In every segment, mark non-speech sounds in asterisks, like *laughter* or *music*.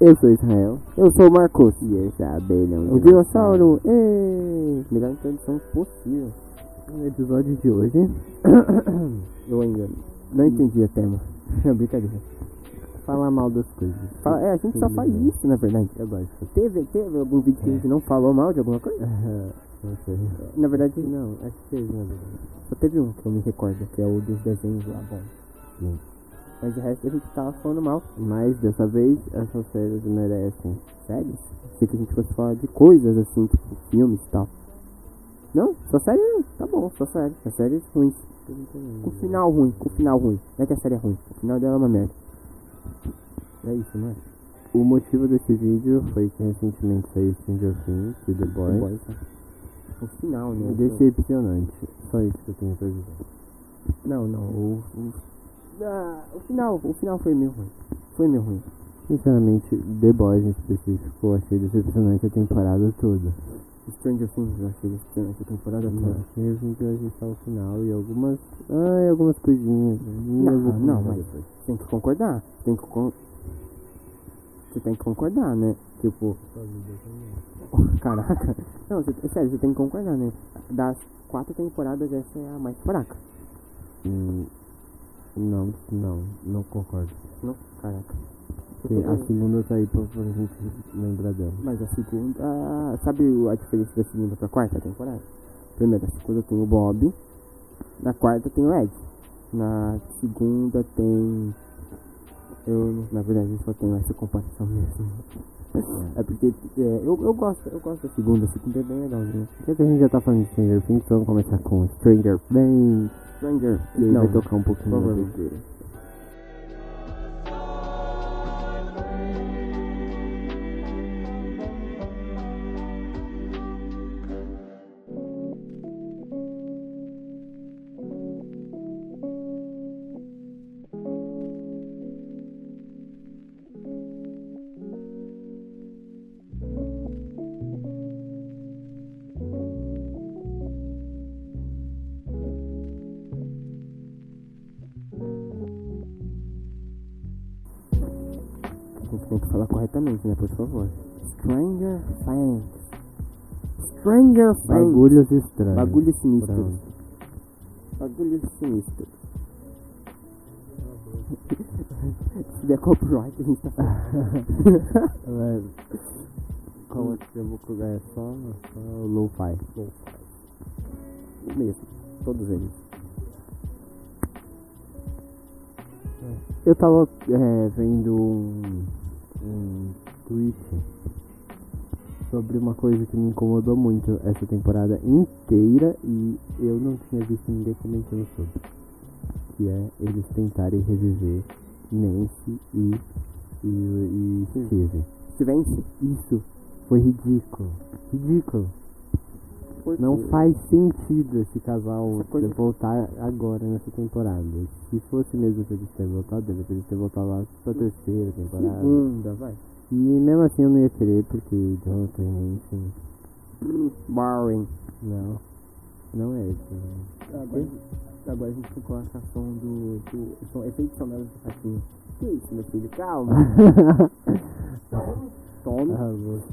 Eu sou Israel. Eu sou o Marcos. E esse é a abelha. O dinossauro. Ei! Melhor introdução possível. No episódio de hoje, *coughs* Eu ainda. não entendi o *laughs* tema. Brincadeira. Falar mal das coisas. Fala- é, a gente só faz isso, na verdade. Eu gosto. Teve, teve algum vídeo É. que a gente não falou mal de alguma coisa? Não sei. Na verdade, Não, acho que teve uma vez. né, só teve um que eu me recordo, que é o dos desenhos lá, bom. Sim. Mas o resto a gente tava falando mal. Mas dessa vez, essas séries merecem. Sério? Achei que a gente fosse falar de coisas assim, tipo filmes e tal. Não, só série não. Tá bom, só série. Só séries ruins. Com final ruim, com final ruim. Não é que a série é ruim, o final dela é uma merda. É isso, não é? O motivo desse vídeo foi que recentemente saiu Stranger Things e The Boys. é Boys, né? O final, né? Decepcionante. Só isso que eu tenho pra dizer. Não, não. O, o, ah, o final, o final foi meio ruim. Foi meio ruim. Sinceramente, The Boys em específico, eu achei decepcionante a temporada toda. Stranger Things, eu achei decepcionante a temporada Eu toda. achei ruim que eu achei só o final e algumas. Ai, algumas coisinhas. Não, eu vou não, comentar mas depois. tem que concordar. Tem que con... Você tem que concordar, né? Tipo, *laughs* caraca. Não, você, é sério, você tem que concordar, né? Das quatro temporadas, essa é a mais fraca. Hum, Não, não, não concordo. Não, caraca. assim, Porque a segunda tá aí pra, pra gente lembrar dela. Mas a segunda. ah, Sabe o- a diferença da segunda pra quarta temporada? Primeira, a segunda tem o Bob. Na quarta tem o Ed. Na segunda tem. Eu, na verdade, eu só tenho essa comparação mesmo. É porque é, eu, eu gosto, eu gosto da segunda, a segunda é bem legalzinha. Já que a gente já tá falando de Stranger Things, vamos começar com Stranger Things. Stranger, E aí não, vai tocar um por pouquinho. favor. da abertura. A gente tem que falar corretamente, né? Por favor. Stranger Things. Stranger Things. Bagulhos estranhos. Bagulho sinistro. Pronto. Bagulho sinistro. *laughs* Se der copyright, a gente tá falando. É, Qual outro que eu vou colocar? É só, só o Lo-Fi. Mesmo. Todos eles. Eu tava é, vendo um, um tweet sobre uma coisa que me incomodou muito essa temporada inteira e eu não tinha visto ninguém comentando sobre. Que é eles tentarem reviver Nancy e, e, e Sim. Steve. Se vence, Isso foi ridículo. Ridículo. por Não quê? faz sentido esse casal Essa coisa- voltar agora nessa temporada. Se fosse mesmo pra eles terem voltado, deveria ter voltado lá pra terceira temporada. Segunda, vai. E mesmo assim eu não ia querer, porque Jonathan, enfim, Boring. não. Não é isso. né? Agora, agora a gente tem colocação do. do são efeitos sonoros do patinho. Que isso, meu filho? *laughs* Calma. Tome. ah, louco.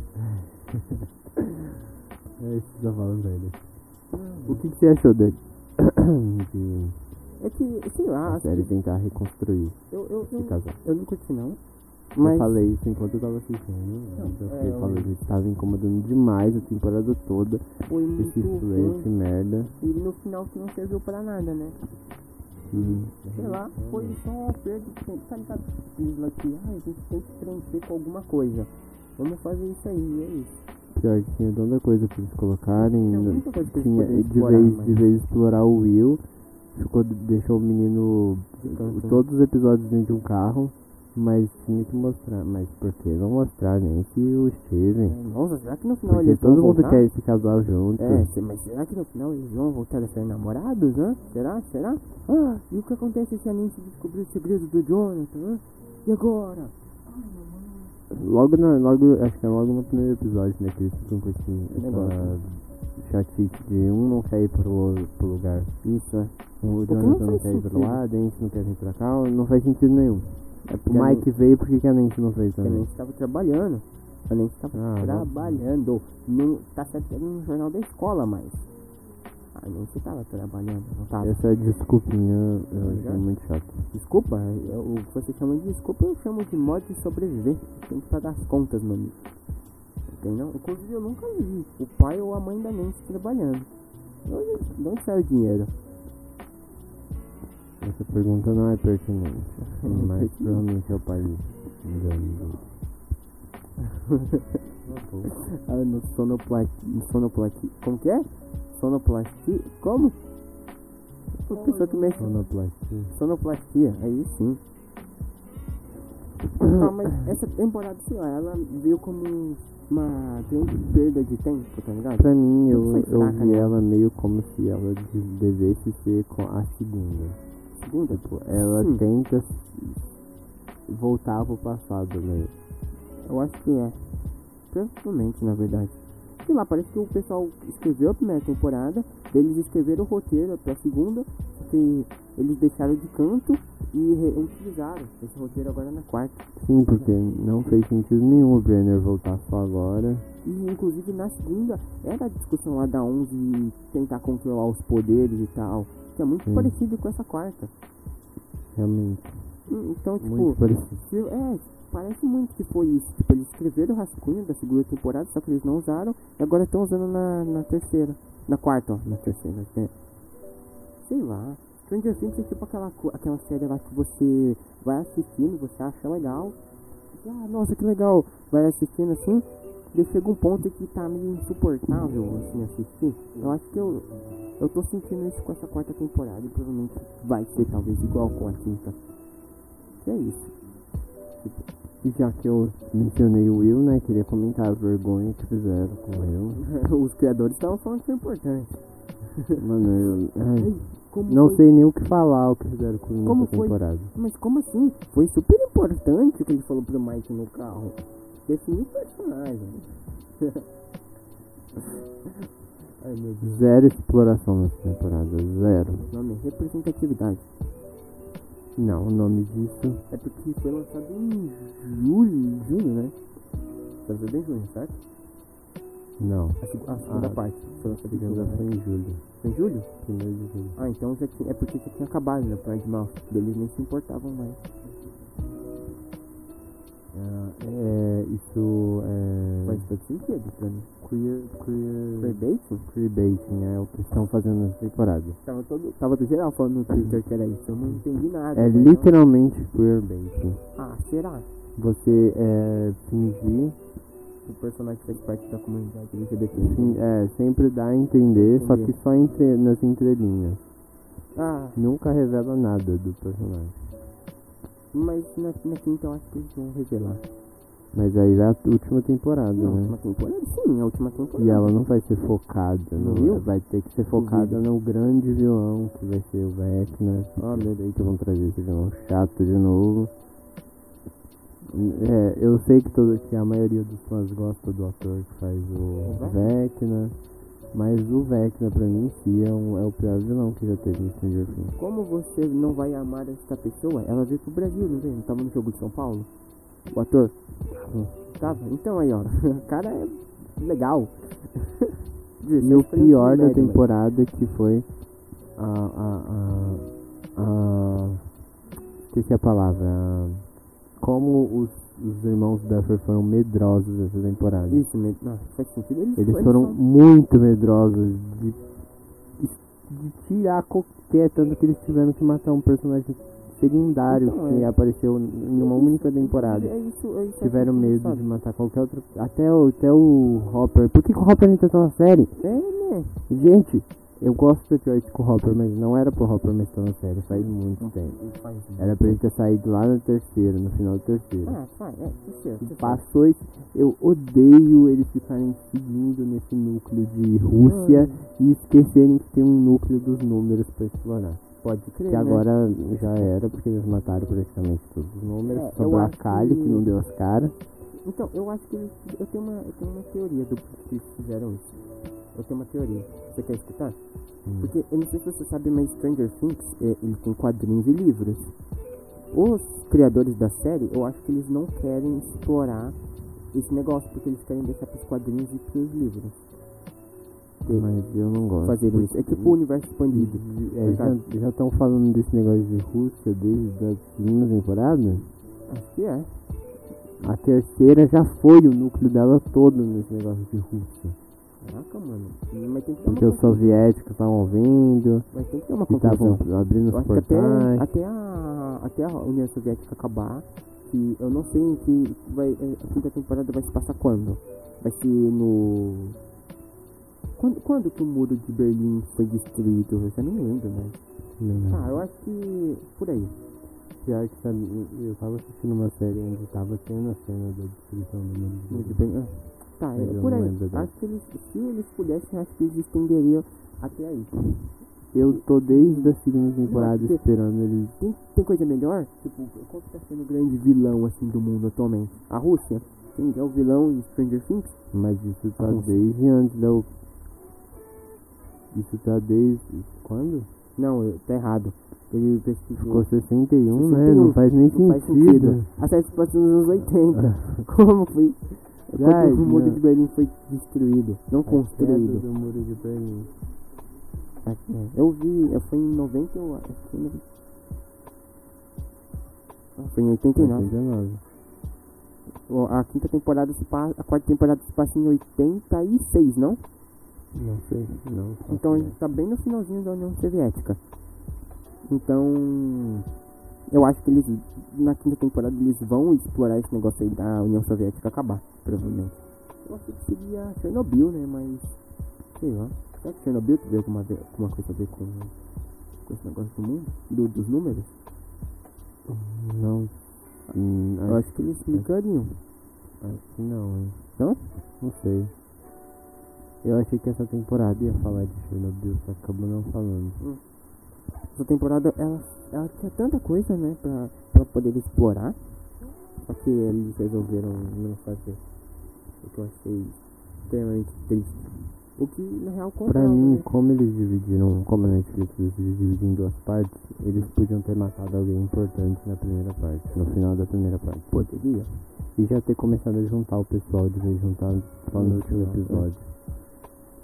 *laughs* é isso que eu tô falando dele. O que, que você achou dele? *coughs* De É que, sei lá, a acho série que tentar reconstruir eu, eu, esse eu, casal. eu não curti não. Eu Mas falei isso enquanto eu tava assistindo. né? Então, Não, eu é, fiquei eu- falando que tava incomodando demais a temporada toda. foi muito Esse ruim. silêncio, merda. E no final que não serviu pra nada, né? Hum. Sei lá, foi só uma perda de tempo. Tá ligado? Diz aqui, ah, a gente tem que preencher com alguma coisa. Vamos fazer isso aí, é isso. Pior que tinha tanta coisa pra eles colocarem. Tinha não- muita coisa que eles tinha poderiam de explorar, vez, mas- de vez explorar o Will. Ficou, deixou o menino Ficando com- todos os episódios dentro de um carro. Mas tinha que mostrar. Mas por que não mostrar nem que o Steven? É, Nossa, será que no final Porque eles todo vão mundo voltar? quer esse casal junto. É, se- mas será que no final eles vão voltar a ser namorados, hã? Será? Será? Ah, e o que acontece se a Nancy descobrir o segredo do Jonathan, hã? E agora? Logo, na, logo, acho que é logo no primeiro episódio, né? Que eles ficam com esse Negócio. essa chatice de um não quer ir pro, pro lugar. Isso, é. O que não Jonathan não faz quer ir pro sentido. lado, a gente não quer vir pra cá, não faz sentido nenhum. É porque O Mike veio, por que que a Nancy não veio a também? Nancy tava trabalhando. A Nancy tava Hum. Ah, não. trabalhando. Não, tá certo que era no jornal da escola, mas. A Nancy tava trabalhando, não tava. Essa desculpinha eu acho Já? muito chato. Desculpa, eu- o que você chama de desculpa, eu chamo de modo de sobreviver. Tem que pagar as contas, meu amigo. Entendeu? Inclusive, eu nunca vi o pai ou a mãe da Nancy trabalhando. De onde- De onde sai o dinheiro? Essa pergunta não é pertinente. Mas pertinente. provavelmente é o pai *laughs* engano. Ah, no sonoplasti... no sonoplasti... Como que é? Sonoplasti... Como? Uma pessoa que mexe... Sonoplastia. Sonoplastia, aí sim. Ah, mas essa temporada, sei lá, ela veio como uma grande perda de tempo, tá ligado? Pra mim, eu, Não sei, eu saca, vi né? ela meio como se ela de- devesse ser com a segunda. Segunda, Tipo, ela Sim. tenta se- voltar pro passado, né? eu acho que é. Provavelmente, na verdade. Sei lá, parece que o pessoal escreveu a primeira temporada, eles escreveram o roteiro pra segunda, só que eles deixaram de canto e reutilizaram esse roteiro agora na quarta. Sim, porque não fez sentido nenhum o Brenner voltar só agora. E inclusive na segunda era a discussão lá da 11 tentar controlar os poderes e tal. Que é muito Sim. parecido com essa quarta. Realmente, E- Então, tipo, muito parecido. se- é, parece muito que foi isso. Tipo, eles escreveram o rascunho da segunda temporada, só que eles não usaram e agora estão usando na, na terceira. Na quarta, ó, na terceira. né? Sei lá. Stranger Things é tipo aquela, co- aquela série lá que você vai assistindo, você acha legal. E, Ah, nossa, que legal. Vai assistindo assim. Daí chega um ponto que tá meio insuportável, assim, assistir. Eu acho que eu, eu tô sentindo isso com essa quarta temporada e provavelmente vai ser talvez igual com a quinta. E é isso. E já que eu mencionei o Will, né? Queria comentar a vergonha que fizeram com o *laughs* Will. Os criadores estavam falando que foi importante. *laughs* Mano, eu. ai, Ei, como não foi- sei nem o que falar o que fizeram com o Como nessa foi? temporada. Mas como assim? Foi super importante o que ele falou pro Mike no carro. Definiu o personagem. *laughs* Ai meu Deus. Zero exploração nessa temporada, zero. O nome é representatividade. Não, o nome disso. É porque foi lançado em julho, junho, né? Foi lançado em junho, certo? Não. A, seg- a segunda Ah, parte. Foi lançada em Digamos julho. assim, né? em julho. Foi em julho? Primeiro de julho. Ah, então já tinha, é porque já tinha acabado, né? Pra Edmouth. Eles nem se importavam mais. Ah, é, isso é. Mas todo sentido pra mim. queer. Foi queer. baiting? queerbaiting, é o que estão fazendo nessa temporada. Tava todo, tava do geral falando no Twitter que era isso. Eu não entendi nada. É né? literalmente queerbaiting. Ah, será? Você é, fingir, O personagem faz parte da comunidade LGBT. fin- é, sempre dá a entender, só que Entendi. só entre, nas entrelinhas. Ah, Nunca revela nada do personagem. mas na, na quinta eu acho que eles vão revelar. Mas aí é a última temporada, Na né? última temporada? Sim, a última temporada. E ela não vai ser focada, No não. Will? Vai ter que ser focada no grande vilão, que vai ser o Vecna. Ah, meu Deus, que vão trazer esse vilão chato de novo. É, eu sei que, todo, que a maioria dos fãs gosta do ator que faz o O Vecna, mas o Vecna pra mim em si é, um- é o pior vilão que já teve em Stranger Things. Como você não vai amar essa pessoa? Ela veio pro Brasil, não veio? Não Tava no jogo de São Paulo? O ator? Hum. Tava? Então aí, ó. *laughs* O cara é legal. *laughs* E o pior Merda, da mas- temporada que foi a. a. a. a esqueci a palavra. a- como os, os irmãos Duffer foram medrosos essa temporada. Isso mesmo. Não, faz sentido. Eles, Eles foram muito medrosos de, de tirar qualquer. Tanto que eles tiveram que matar um personagem secundário Então, que é. apareceu em uma única temporada. É isso, é isso Tiveram é isso, medo sabe? de matar qualquer outro. Até o, até o Hopper. Por que, que o Hopper não tentou na série? É, né? Gente, eu gosto da Joyce com o Hopper, mas não era pro Hopper meter na série, faz muito tempo. Era pra ele ter saído lá na terceira, no final do terceiro. Ah, tá, é, isso é. isso é. Passou isso. Eu odeio eles ficarem seguindo nesse núcleo de Rússia Ah, é. e esquecerem que tem um núcleo dos números pra explorar. Pode crer. Que né? agora já era, porque eles mataram praticamente todos os números. É, eu Sobrou a acho Kali, que que- não deu as caras. Então, eu acho que eles. Eu tenho uma, eu tenho uma teoria do porquê que fizeram isso. Eu tenho uma teoria. Você quer escutar? Hum. Porque eu não sei se você sabe, mas Stranger Things é, ele tem quadrinhos e livros. Os criadores da série, eu acho que eles não querem explorar esse negócio, porque eles querem deixar pros quadrinhos e pros livros. Eles Mas eu não gosto. Fazer isso. É tipo o universo expandido. É, já- já estão falando desse negócio de Rússia desde a segunda temporada? Uhum. Acho que é. A terceira já foi o núcleo dela todo nesse negócio de Rússia. Caraca, mano. Mas tem que ter uma, Porque os soviéticos estavam vendo, mas tem que ter uma que estavam conclusão. abrindo Eu os acho que até, portais. até, a, até a União Soviética acabar, que eu não sei em que vai, eh, a quinta temporada vai se passar quando. Vai ser no. Quando, quando que o muro de Berlim foi destruído? Eu já não lembro, né? Não. Ah, eu acho que por aí. Pior que sabe, eu tava assistindo uma série onde tava tendo a cena da destruição do mundo. Muro de Berlim. ah, Tá, Mas é eu por não aí. lembro agora. Acho que eles, se eles pudessem, acho que eles estenderiam até aí. Eu tô desde a segunda temporada Nossa. esperando ele. Tem, tem coisa melhor? Tipo, qual que tá sendo o grande vilão assim do mundo atualmente? A Rússia? Sim, é o vilão em Stranger Things? Mas isso tá Nossa. desde antes da. o- Isso tá desde. Quando? Não, eu- tá errado. Ele Ficou especificou 61, né? Não faz nem não faz sentido. É. sentido. A série se passa nos anos 80. *laughs* Como foi? Quando Ai, o muro não. um de Berlim foi destruído, não Construído. construído. do muro de Berlim. É, Eu vi, eu fui em 90, eu acho que em 90. Ah, Foi em 89. 89. Ó, A quinta temporada se passa, a quarta temporada se passa em 86, não? Não sei. Não. faço Então a ideia. gente tá bem no finalzinho da União Soviética. Então eu acho que eles na quinta temporada eles vão explorar esse negócio aí da União Soviética acabar, provavelmente. Eu achei que seria Chernobyl, né? Mas sei lá. Será que Chernobyl teve alguma, ve- alguma coisa a ver com, com esse negócio do mundo? Do- dos números? Não. Hum, eu acho, acho que eles explicariam. acho que não, hein? Não? Não sei. Eu achei que essa temporada ia falar de Chernobyl, só que acabou não falando. Essa temporada ela, ela tinha tanta coisa, né? Pra, pra poder explorar. Só que eles resolveram não fazer. O que eu achei extremamente triste. O que na real Pra comprava, mim, né? como eles dividiram, como a Netflix dividiu em duas partes, eles podiam ter matado alguém importante na primeira parte, no final da primeira parte. Poderia. E já ter começado a juntar o pessoal de vez juntar só no Uhum. último episódio.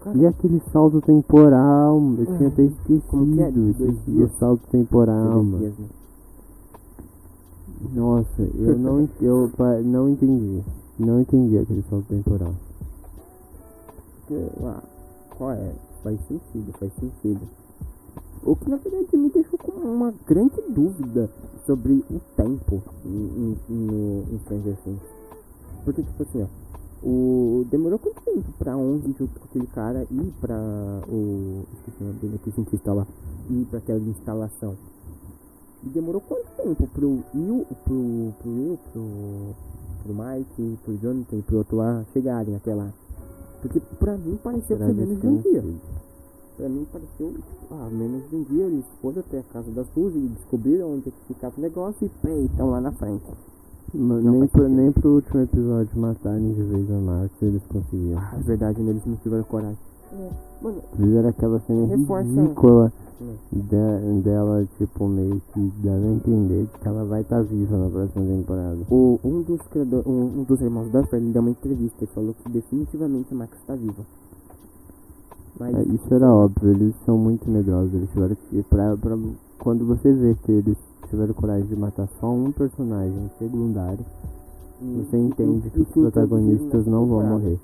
Cara, E aquele salto temporal, eu tinha até esquecido. Como que é? Dois esse dias. salto temporal, Dois mano. dias, né? Nossa, eu não, en- eu pa- não entendi. Não entendi aquele salto temporal. Porque, ah, qual é? Faz sentido, faz sentido. O que na verdade me deixou com uma grande dúvida sobre o tempo em, em, no em Stranger Things. Porque, tipo assim, ó, o, demorou quanto tempo pra 11 junto com aquele cara ir pra o. Esqueci o nome dele aqui, cientista lá. Ir pra aquela instalação. E demorou quanto tempo pro Will, pro, pro Will, pro, pro Mike, pro Jonathan e pro outro lá chegarem até lá? Porque pra mim pareceu Será ser que menos de tem um um dia. filho? Pra mim pareceu, tipo, ah, menos de um dia eles foram até a casa da Suzy e descobriram onde é que ficava o negócio e pei, estão lá na frente. Ma- Não nem, faz pro, sentido. nem pro último episódio matarem de vez a Max eles conseguiram. Ah, é verdade, né? eles não tiveram coragem. É. Mano, Fizeram aquela cena Reforça. ridícula Hum. de- dela, tipo, meio que dando a entender que ela vai estar viva na próxima temporada. o, um, dos criador, um, um dos irmãos Duffer, ele deu uma entrevista e falou que definitivamente a Max está viva. Mas, É, isso era óbvio, eles são muito medrosos, eles tiveram que... Pra, pra, quando você vê que eles tiveram coragem de matar só um personagem secundário, hum, você e- entende e- que e os que protagonistas introduziram não vão nessa morrer.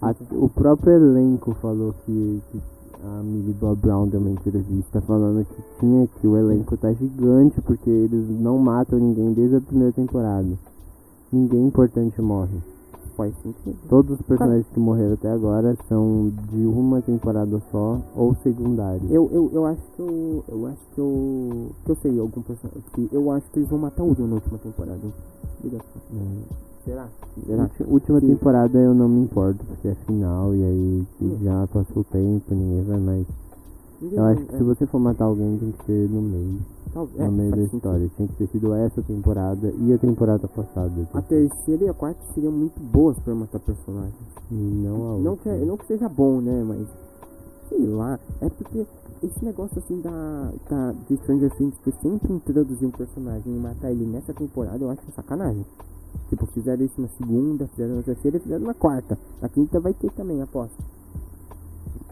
Ah, A- temporada. E que- o próprio elenco falou que, que a Millie Bob Brown deu uma entrevista falando que tinha que o elenco tá gigante porque eles não matam ninguém desde a primeira temporada. Ninguém importante morre. Faz sentido. Todos os personagens que morreram até agora são de uma temporada só ou secundários. Eu, eu, eu acho que eu. Eu acho que eu. Que eu sei, algum personagem. que Eu acho que eles vão matar o Will na última temporada. hein? Obrigado. Hum. Será? A ulti- última Sim. temporada eu não me importo porque é final e aí Hum. já passou o tempo, ninguém vai mais. Eu acho é. que se você for matar alguém tem que ser no meio. talvez. no meio da história. Tinha que ter sido essa temporada e a temporada passada. A terceira e a quarta seriam muito boas pra matar personagens. Não a Não que, última. não que seja bom, né? Mas Sei lá, é porque esse negócio assim da, da de Stranger Things que sempre introduzir um personagem e matar ele nessa temporada, eu acho sacanagem. Tipo, fizeram isso na segunda, fizeram na terceira, fizeram na quarta. Na quinta vai ter também, aposto.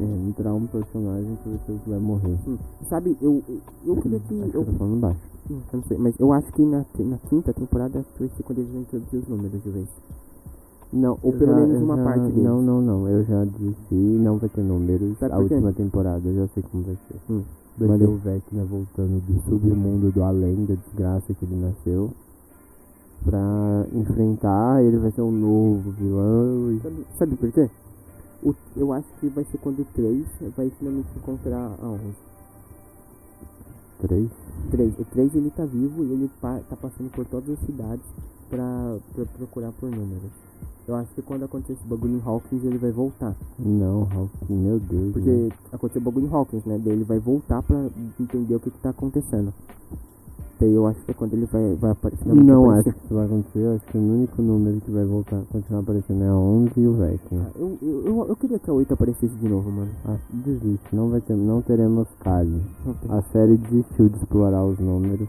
É, entrar um personagem que você vai morrer. Sim. Sabe, eu, eu, eu queria que. Acho que Eu, eu tô falando baixo. Hum, eu não sei, mas eu acho que na, na quinta temporada foi quando eles vão introduzir os números de vez. Não, ou pelo menos uma parte deles. Não, não, não. Eu já disse, não vai ter números. Sabe a por quê? última temporada, eu já sei como vai ser. Hum. Vai Valeu. ter o Vecna voltando do submundo do além da desgraça que ele nasceu. Pra enfrentar, ele vai ser um novo vilão. e- Sabe, sabe por quê? O, eu acho que vai ser quando o 3 vai finalmente encontrar ah, a 11. Três? 3. O 3 ele tá vivo e ele pa, tá passando por todas as cidades pra, pra procurar por números. Eu acho que quando acontecer esse bagulho em Hawkins ele vai voltar. Não, Ralph, meu Deus. Porque né? aconteceu o bagulho em Hawkins, né? Daí ele vai voltar pra entender o que, que tá acontecendo. Daí eu acho que é quando ele vai, vai aparecer. Não aparecer. acho que isso vai acontecer. Eu acho que o único número que vai voltar, continuar aparecendo é a 11 e o Vecna. Ah, Eu, eu, eu, eu queria que a 8 aparecesse de novo, mano. Ah, desiste. Não, vai ter, não teremos Kali. Não tem- A série desistiu de explorar os números.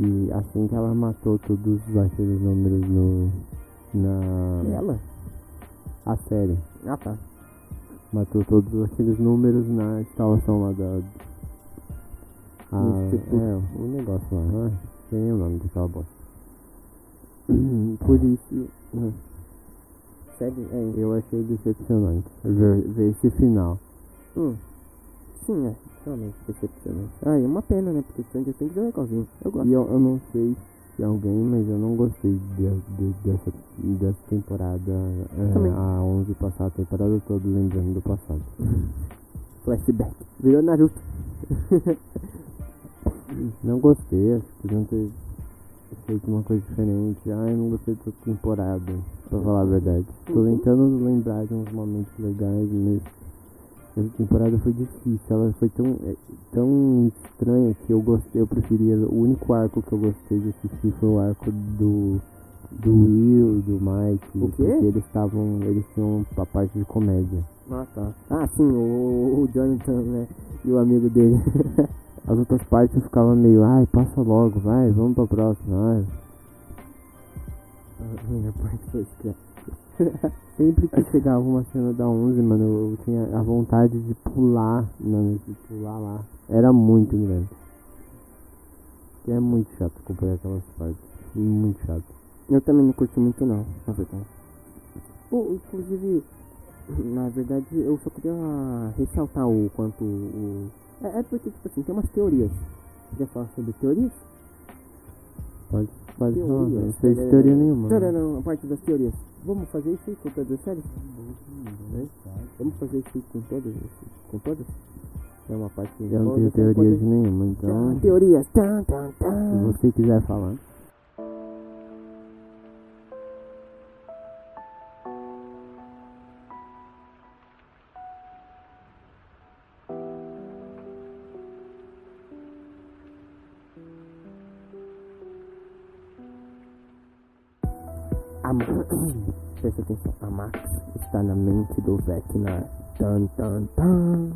E assim que ela matou todos aqueles números no. Na. Ah, Ela? A série. Ah tá. Matou todos aqueles números na instalação lá da. Ah, No instituto. é, o negócio lá. Não sei nem é o nome daquela bosta. Hum, Por isso. Sério? né? É. Eu achei decepcionante ver, ver esse final. Hum. Sim, é. Realmente, decepcionante. Ah, é uma pena, né? Porque Stranger Things é legalzinho. Eu gosto. E eu, eu não sei se alguém, mas eu não gostei de- de- dessa, dessa temporada. é, Também. a 11 passar a temporada toda lembrando do passado. Flashback. Virou Naruto. Não gostei, acho que podiam ter feito uma coisa diferente. Ai, não gostei dessa temporada, pra falar a verdade. Tô Uhum. tentando lembrar de uns momentos legais, mas essa temporada foi difícil. Ela foi tão, é, tão estranha que eu gostei, eu preferia. O único arco que eu gostei de assistir foi o arco do. Do Will, do Mike, O quê? porque eles estavam. Eles tinham a parte de comédia. Ah, tá. Ah, sim, o, o Jonathan, né? E o amigo dele. *laughs* As outras partes eu ficava meio, ai, passa logo, vai, vamos pra próxima, ai. Ah, Minha parte foi escrota. Sempre que chegava uma cena da 11, mano, eu tinha a vontade de pular, mano, de pular lá. Era muito grande. E é muito chato acompanhar aquelas partes. Muito chato. Eu também não curti muito não, na verdade. Pô, inclusive, na verdade, eu só queria ressaltar o quanto o... É, é porque, tipo assim, tem umas teorias. Você quer falar sobre teorias? Pode, pode falar, Teorias. não sei de teoria nenhuma. né? Teoria não, a parte das teorias. Vamos fazer isso aí com todas as séries? Hã? Vamos fazer isso aí com todas? Com todas? É uma parte... de Eu não todas, tenho é teoria quando- de nenhuma, Tá, então Teorias. Tan, tan, se tan. você quiser falar. A Max, presta atenção, a Max está na mente do Vecna. Tan, tan, tan.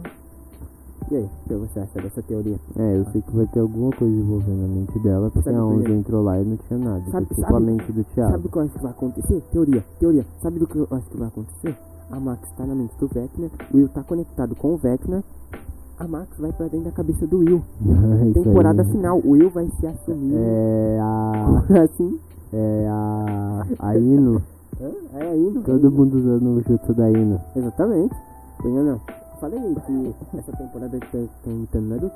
E aí, o que você acha dessa teoria? É, eu sei que vai ter alguma coisa envolvendo a mente dela, porque Sabe a por quê? 11 entrou lá e não tinha nada. Sabe- tipo sabe- a mente do Sabe Thiago. o que eu acho que vai acontecer? Teoria, teoria. Sabe do que eu acho que vai acontecer? A Max está na mente do Vecna, o Will tá conectado com o Vecna. A Max vai pra dentro da cabeça do Will. *laughs* É Isso aí. Temporada final, o Will vai se assumir. É *laughs* a. assim. É a. A Ino. Hã? É ainda. Todo mundo usando o jutsu da Ina. Exatamente. Entendeu não? Falei que essa temporada que tem, tem, tem Naruto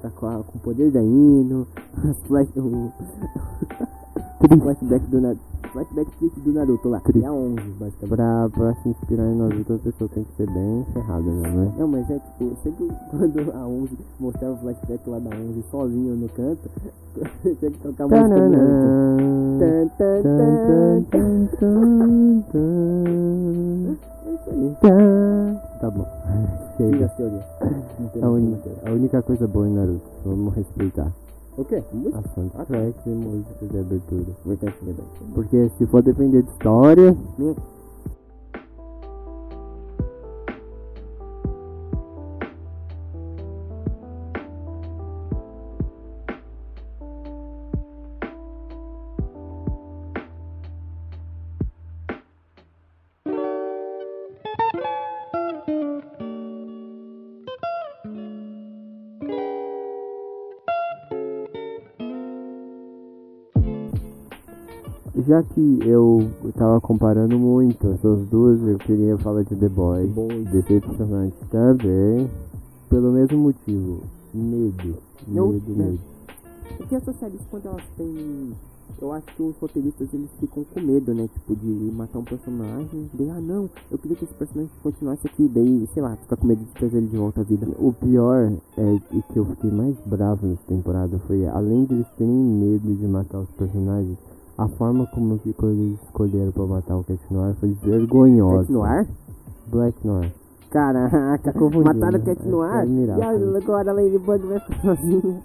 tá com, a- com o poder da Ino, *laughs* as flash, o, *laughs* o flashback do Naruto. Flashback trick do Naruto lá, que é a 11, basicamente. Pra, pra se inspirar em então Naruto, a pessoa tem que ser bem ferrada, né? Não, mas é tipo, sempre quando a 11 mostrava o flashback lá da 11 sozinho no canto, tinha que tocar música do Naruto. Tananã. Tan, tan, Tan, tan. tan, tan, tan. É isso aí. Tan. Tá bom. Fim Chega. das teorias. Não tem A, mais uni- nenhuma teoria. a única coisa boa em Naruto, vamos respeitar O quê? Muito a soundtrack e música de abertura. importante, né, velho? Porque se for depender de história, Minha já que eu tava comparando muito essas duas, eu queria falar de The Boys. Boys. Decepcionante também. Pelo mesmo motivo. Medo. Eu- Medo, né? medo. Porque essas séries, quando elas têm. Eu acho que os roteiristas eles ficam com medo, né? Tipo, de matar um personagem. Daí, ah, não, eu queria que esse personagem continuasse aqui. Daí, sei lá, fica com medo de trazer ele de volta à vida. O pior é e que eu fiquei mais bravo nessa temporada foi, além deles terem medo de matar os personagens, a forma como que eles escolheram pra matar o Cat Noir foi vergonhosa. Cat Noir? Black Noir. Caraca, confundindo, mataram o né? Cat É, Noir. é e admirável. a- agora a Ladybug vai ficar sozinha.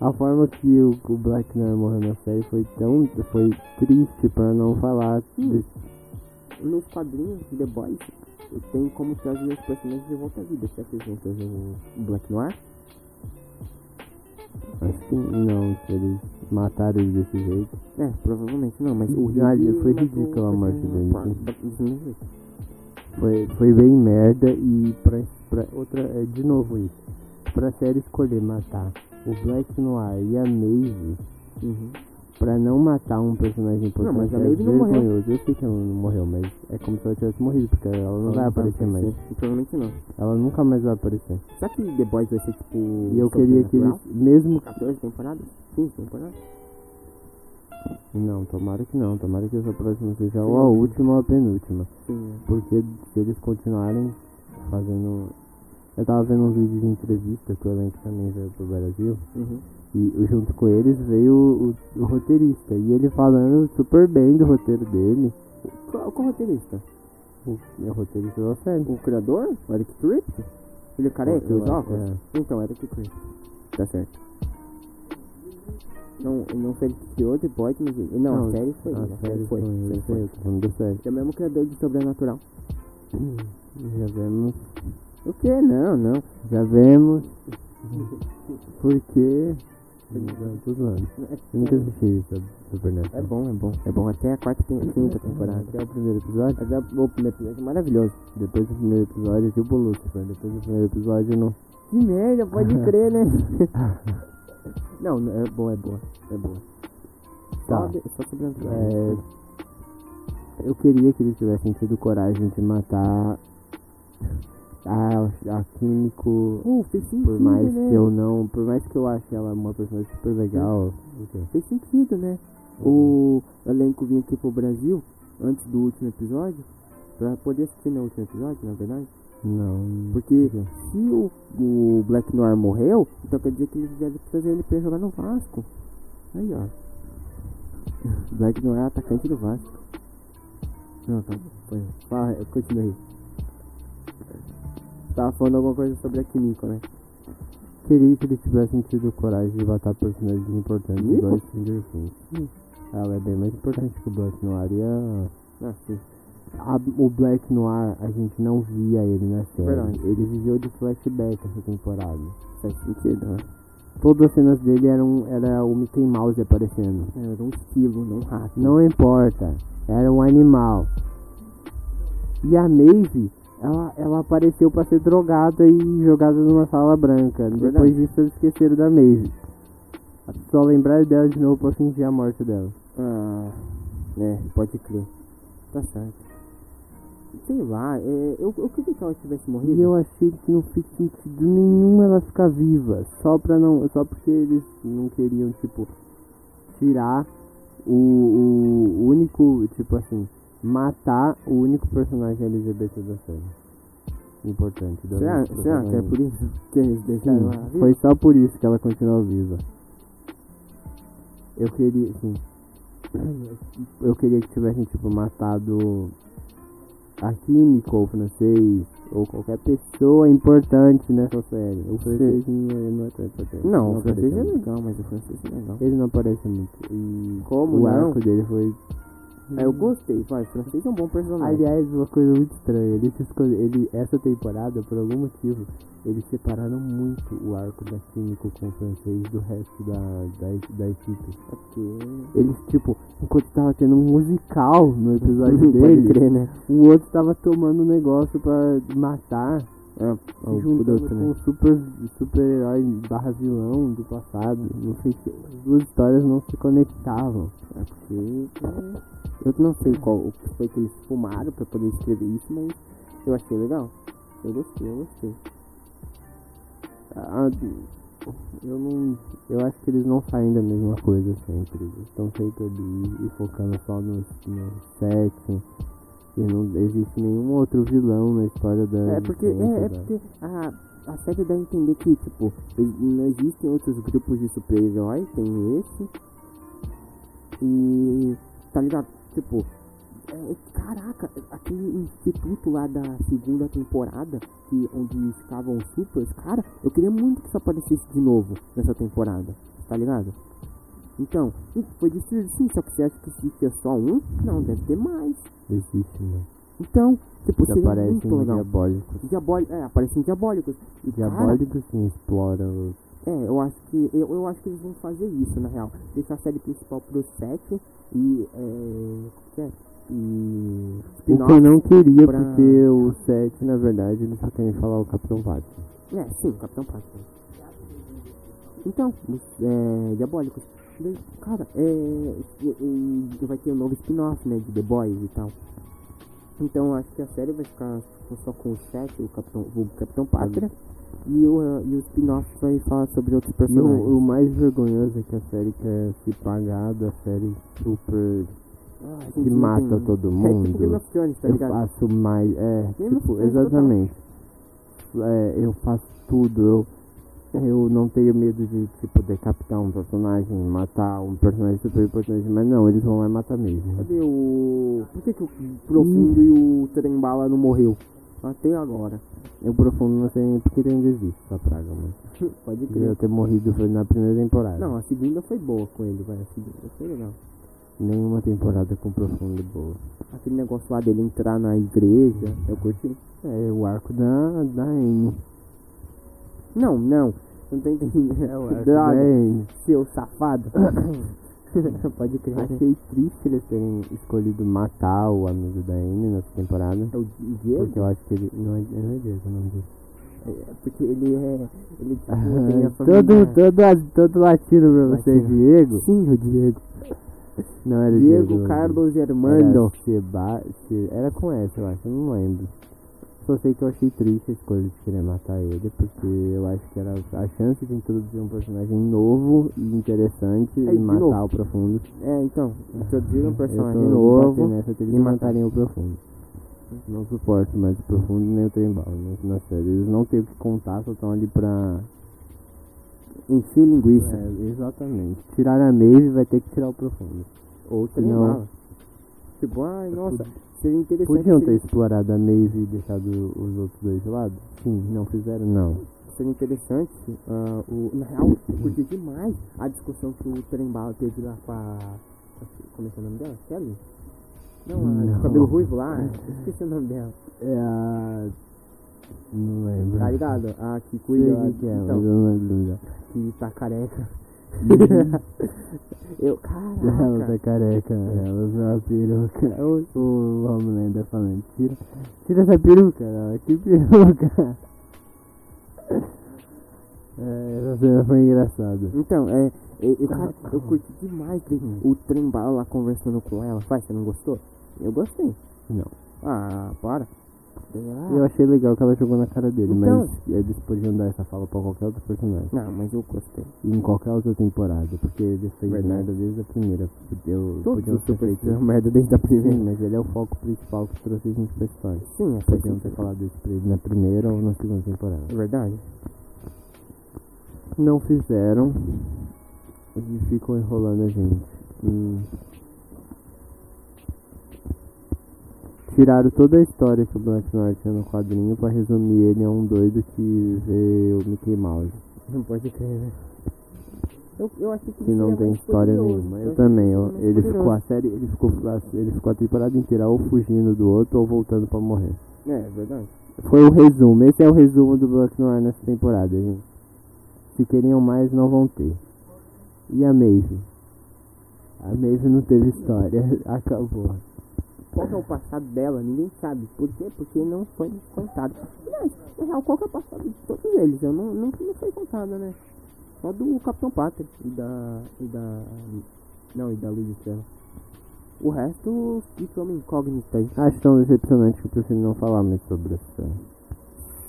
A forma que o, o Black Noir morreu na série foi tão. foi triste pra não falar. Hum. de- Nos quadrinhos de The Boys, tem como trazer os personagens de volta à vida. Será que eles vão trazer o um Black Noir? Acho que não, se eles mataram ele desse jeito. É, provavelmente não, mas o Ah, Hyuk matou o foi ridículo a morte personagem dele. né? do- do- do mesmo jeito. Foi, foi bem merda e pra, pra outra. é, de novo isso. Pra série escolher matar o Black Noir e a Maeve Uhum. pra não matar um personagem importante. mas a é Maeve não morreu. vergonhoso. Eu sei que ela não morreu, mas é como se ela tivesse morrido, porque ela não vai aparecer mais. Provavelmente não. Ela nunca mais vai aparecer. Será que The Boys vai ser tipo. E eu queria que eles. Sobrenatural? Mesmo 14 temporadas? 15 temporadas? Não, tomara que não. Tomara que essa próxima seja ou a última ou a penúltima. Sim. Porque se eles continuarem fazendo. Eu tava vendo uns vídeos de entrevista que o elenco também veio pro Brasil. Uhum. E junto com eles veio o, o roteirista. E ele falando super bem do roteiro dele. Qual, qual roteirista? O, é o roteirista da série. O criador? O Eric Tripp? Ele é careca, Eu os acho, óculos? Então, Eric Tripp. Tá certo. Não, não foi ele que criou The Boys, mas. ele- Não, a série foi. A série foi. a série Eu sei, eu tô falando da série. É o mesmo criador de Sobrenatural. Já vemos. O que? Não, não. Já vemos. Porque. Não, tô zoando. Eu nunca assisti isso, Supernatural. É bom, é bom. É bom até a quarta e quinta temporada. Até o primeiro episódio. Mas é o primeiro episódio é maravilhoso. Depois do primeiro episódio, tipo o Lucifer. Depois do primeiro episódio, não. Que merda, pode crer, né? *laughs* não, não, é boa, é boa. É boa. Tá. Só, de- só sobre as É, eu queria que eles tivessem tido coragem de matar a, a Químico. Uh, fez sentido, Por mais né? que eu não. Por mais que eu ache ela uma personagem super legal. o quê? Fez sentido, né? O elenco vinha aqui pro Brasil, antes do último episódio, pra poder assistir no último episódio, na verdade. Não. Porque se o, o Black Noir morreu, então quer dizer que eles devem trazer ele pra jogar no Vasco. Aí, ó. Black Noir é atacante do Vasco. Não, tá bom. Foi. Fala, eu continuo aí. Tava falando alguma coisa sobre a Kimiko, né? Queria que eles tivessem tido coragem de matar personagens importantes Nico? igual a Stranger Things. Ela é bem mais importante que o Black Noir e a. Ah, sim. A- o Black Noir, a gente não via ele na série. Verdade. Ele viveu de flashback essa temporada. Faz sentido, né? Todas as cenas dele eram era o Mickey Mouse aparecendo. Era um estilo, não um rato. Não importa, era um animal. E a Maeve, ela, ela apareceu pra ser drogada e jogada numa sala branca. Depois disso, eles esqueceram da Maeve. Só lembraram dela de novo pra fingir a morte dela. Ah, é, pode crer. Tá certo. Sei lá, é, eu, eu queria que ela tivesse morrido. E eu achei que não fez sentido nenhum ela ficar viva. Só pra não. Só porque eles não queriam, tipo, tirar o, o único, tipo assim, matar o único personagem LGBT da série. Importante. da- Será, da será que é série. por isso que eles deixaram ela Sim, viva? foi só por isso que ela continuou viva. Eu queria, assim. *clears throat* Eu queria que tivessem, tipo, matado a química ou o francês ou qualquer pessoa importante nessa série. O francês não é, não é tão importante. Não, o aparece francês é muito. legal, mas o francês é legal. Ele não aparece muito. E Como o não? arco dele foi. Ah, eu gostei, vai, o francês é um bom personagem. Aliás, uma coisa muito estranha, eles escolhe- ele, essa temporada, por algum motivo, eles separaram muito o arco da Químico com o francês do resto da, da, da equipe. É porque... Eles, tipo, enquanto tava tendo um musical no episódio *laughs* Pode dele, crer, né? o outro tava tomando um negócio pra matar É, Se o juntando Kudoka, com né? o super, super-herói barra vilão do passado. Não sei se as duas histórias não se conectavam. É porque. é, Eu não sei qual o que foi que eles fumaram pra poder escrever isso, mas eu achei legal. Eu gostei, eu gostei. Ah, eu não. Eu acho que eles não saem da mesma coisa sempre. Eles Estão sempre ali e focando só nos, nos sete. E não existe nenhum outro vilão na história da. É porque, existência é, é da- porque a, a série dá a entender que, tipo, ex- não existem outros grupos de super-heróis, tem esse. E. tá ligado? Tipo. é, caraca, aquele instituto lá da segunda temporada, que, onde estavam os supers, cara, eu queria muito que isso aparecesse de novo nessa temporada, tá ligado? Então, e foi destruído sim, só que você acha que existia só um? Não, deve ter mais. Existe, né? um Então, tipo, Que seria aparecem muito legal. diabólicos. Diabóli é, aparecem diabólicos. E, Diabólicos que exploram os. cara, é, eu acho que eu, eu acho que eles vão fazer isso, na real. Deixar a série principal pro 7 e. É, como que é? E. O que eu não queria, pra- porque o 7, na verdade, eles só querem falar o Capitão Pátio. É, sim, Capitão Pátria. Então, é, diabólicos. Daí, Cara, é, e- e vai ter um novo spin-off, né, de The Boys e tal. Então, eu acho que a série vai ficar só com o 7, o Capitão, o Capitão Pátria. E o, eh, e o spin-off vai falar sobre outros E personagens. o, o mais vergonhoso é que a série quer se pagar da série super Ah, que não mata tem- todo É tipo mundo. Game of Thrones, tá eu ligado? faço mais. É, Game of tipo, Thrones exatamente. É, eu faço tudo. Eu, eu não tenho medo de, tipo, decapitar um personagem, matar um personagem super importante, mas não, eles vão lá e matar mesmo. Cadê o... Por que, que o Profundo e o Trembala não morreu? Até agora. *laughs* Eu profundo não sei nem porque ele ainda existe, essa praga, mano. Pode Devia crer. ter morrido foi na primeira temporada. Não, a segunda foi boa com ele, vai. A segunda foi legal. Nenhuma temporada com profundo boa. Aquele negócio lá dele entrar na igreja, eu curti. É, o arco da, da Anne. Não, não. Não tô entendendo. É, o arco da Droga, Anne. seu *coughs* safado. Pode crer. Achei triste eles terem escolhido matar o amigo da Anne nessa temporada. É o Diego? Porque eu acho que ele. Não é, não é Diego o nome dele. É, Porque ele é... Ele tipo, tem a família... Ah, todo, todo, todo latino pra você, Latino. Diego. Sim, o Diego. Não era Diego. Diego, não. Carlos e Era Armando. Seba... Se- Era com S, eu acho, eu não lembro. Só sei que eu achei triste a escolha de querer matar ele, porque eu acho que era a chance de introduzir um personagem novo e interessante É, e de matar novo. o profundo. É, então, introduziram um personagem eu tô batendo novo. Nessa, e e matarem o profundo. Não suporto mais o profundo nem o trembal né, na série. Eles não têm o que contar, só estão ali pra Enchi linguiça. É, exatamente. Tirar a Maeve vai ter que tirar o profundo. Ou Não. não. Tipo, ai, nossa, seria interessante. Podiam se ter eles- explorado a Maeve e deixado os outros dois de lado? Sim, não fizeram? Não. Seria interessante. ah, o, na real, eu curti demais a discussão que o Trembala teve lá com a. Como é que é o nome dela? Kelly? Não, a Não. do cabelo ruivo lá. Esqueci o nome dela. É a... Não lembro. Tá ligado? A que É Sei cuida. quem que é, mas então, eu Uhum. não lembro. já. que tá careca. *laughs* eu, Ela caraca. tá careca, ela usou a peruca. *laughs* O, o Homelander falando, tira, tira essa peruca, ela, é que peruca. *laughs* É, essa cena foi engraçada. Então, é. Eu, eu, cara, eu curti demais de- o Trembala lá conversando com ela. Faz, você não gostou? Eu gostei. Não. Ah, para. Ah, Eu achei legal que ela jogou na cara dele, Então. mas é, eles podiam dar essa fala pra qualquer outro personagem. Não, mas eu gostei. E em qualquer outra temporada, porque ele fez Verdade. merda desde a primeira. Podiam, Todos podiam os ter super feito. fizeram merda desde a Sim, primeira. mas ele é o foco principal que trouxe a gente pra história. Sim, essa Podiam gente ter falado isso pra ele na primeira ou na segunda temporada. É verdade. não fizeram e ficam enrolando a gente. E tiraram toda a história que o Black Knight tinha no quadrinho pra resumir ele é um doido que vê o Mickey Mouse, Não pode crer, né? Eu, eu achei que que não tem história nenhuma. Eu também, né? é eu- ele ficou a série, ele ficou a- ele ficou a temporada inteira ou fugindo do outro ou voltando pra morrer. É, é verdade. Foi o resumo, esse é o resumo do Black Noir nessa temporada, gente. Se queriam mais, não vão ter. E a Maeve? A Maeve não teve história, *laughs* acabou. qual que é o passado dela, ninguém sabe. Por quê? Porque não foi contado. Aliás, na real, qual que é o passado de todos eles? Eu não, não, não foi contada, né? Só do Capitão Pátria e da. e da. Não, e da Luz Estrela. O resto ficou uma incógnita aí. Acho tão decepcionante que eu prefiro não falar mais sobre essa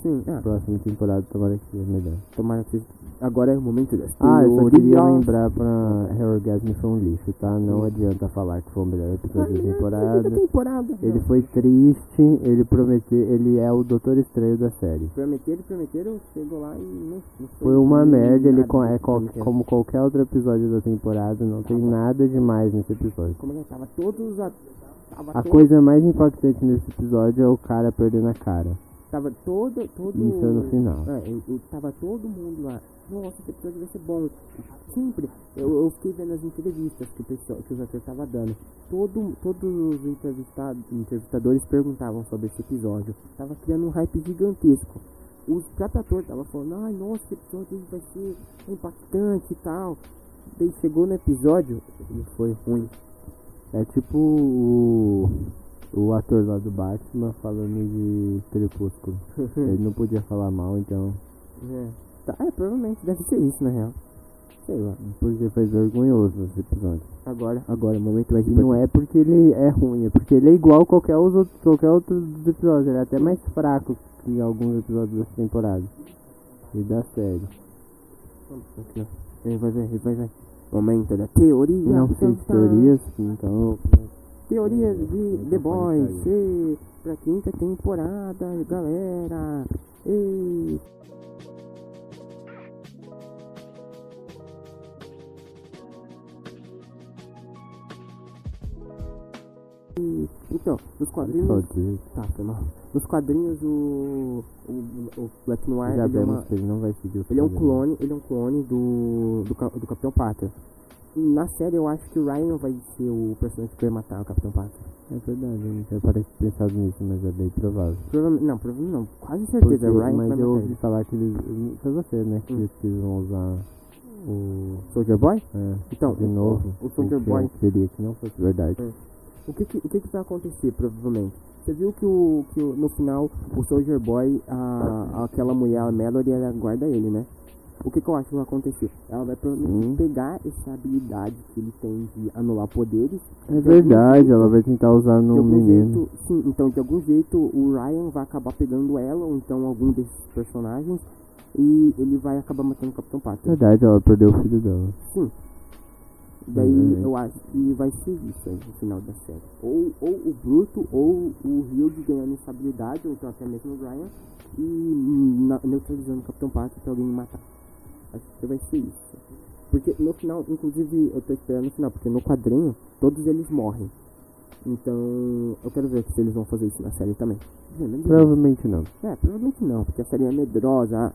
Sim, ah, próxima temporada, tomara que seja melhor. tomara que vocês. Agora é o momento das Ah, eu só queria teorias. lembrar pra Reorgasm foi um lixo, tá? Não adianta falar que foi o melhor Ah, episódio da não, temporada. da temporada. Ele foi triste, ele prometeu, ele é o Doutor Estranho da série. Prometeram, prometeram, chegou lá e não, não Foi uma merda, ele nada. co- é qual- como qualquer outro episódio da temporada, não tem nada demais nesse episódio. Como assim? é que tava todos a. Tava A todo- coisa mais impactante nesse episódio é o cara perdendo a cara. Tava todo. todo Isso é no final. É, eu, eu- tava todo mundo lá. Nossa, esse episódio vai ser bom. Sempre. Eu, eu fiquei vendo as entrevistas que, o pessoal, que os atores estavam dando. Todo, todos os entrevistado, entrevistadores perguntavam sobre esse episódio. Tava criando um hype gigantesco. Os próprios atores estavam falando, ai nossa, esse episódio vai ser impactante e tal. Daí chegou no episódio, ele foi ruim. É tipo o, o ator lá do Batman falando de Crepúsculo. Ele não podia falar mal, então, É. Tá, é, provavelmente deve ser isso, na real. Sei lá. porque foi vergonhoso esse episódio. Agora, agora, o momento mais E não é porque ele é ruim, é porque ele é igual qualquer os outros, qualquer outro dos episódios. Ele é até mais fraco que alguns episódios dessa temporada. E da série. Aqui, ó. Vem, vai, vai, vai, vai. Momento da teoria. Não fiz tá teorias, então. Teorias de The Então, pode Boys. E pra quinta temporada, galera. E... E, Então, nos Só quadrinhos. dizer Tá, foi mal. Nos quadrinhos, o. O, o Black Noir. que já ele é uma- vemos que ele não vai seguir o ele é um caminho. clone, ele é um clone do, do, Ca- do Capitão Pátria. E na série eu acho que o Ryan vai ser o personagem que vai matar o Capitão Pátria. É verdade, eu não tinha parado de pensar nisso, mas é bem provável. Provavelmente, não, provavelmente não, quase Porque, certeza é o Ryan que mas vai eu matar ouvi ele. falar que eles. Foi você, né? Que Hum. eles precisam usar o. Soldier Boy? é, Então, de novo. o É. Soldier que Boy. eu Queria que não fosse verdade. O que que, o que que vai acontecer, provavelmente? Você viu que, o, que o- no final o Soldier Boy, a, aquela mulher, a Melody, ela guarda ele, né? O que, que eu acho que vai acontecer? Ela vai provavelmente Hum. pegar essa habilidade que ele tem de anular poderes É verdade, ela vai tentar usar De no algum menino. jeito, sim, então de algum jeito o Ryan vai acabar pegando ela, ou então algum desses personagens, e ele vai acabar matando o Capitão É Pátria. verdade, ela perdeu o filho dela. Sim. Daí Uhum. eu acho que vai ser isso aí no final da série. Ou, ou o Bruto, ou o Hilde ganhando essa habilidade, ou então até mesmo o Ryan, e hum, na- neutralizando o Capitão Pátria pra alguém matar. Acho que vai ser isso. Porque no final, inclusive, eu tô esperando no final, porque no quadrinho, todos eles morrem. Então, eu quero ver se eles vão fazer isso na série também. Bem, mas- Provavelmente não. É, provavelmente não, porque a série é medrosa.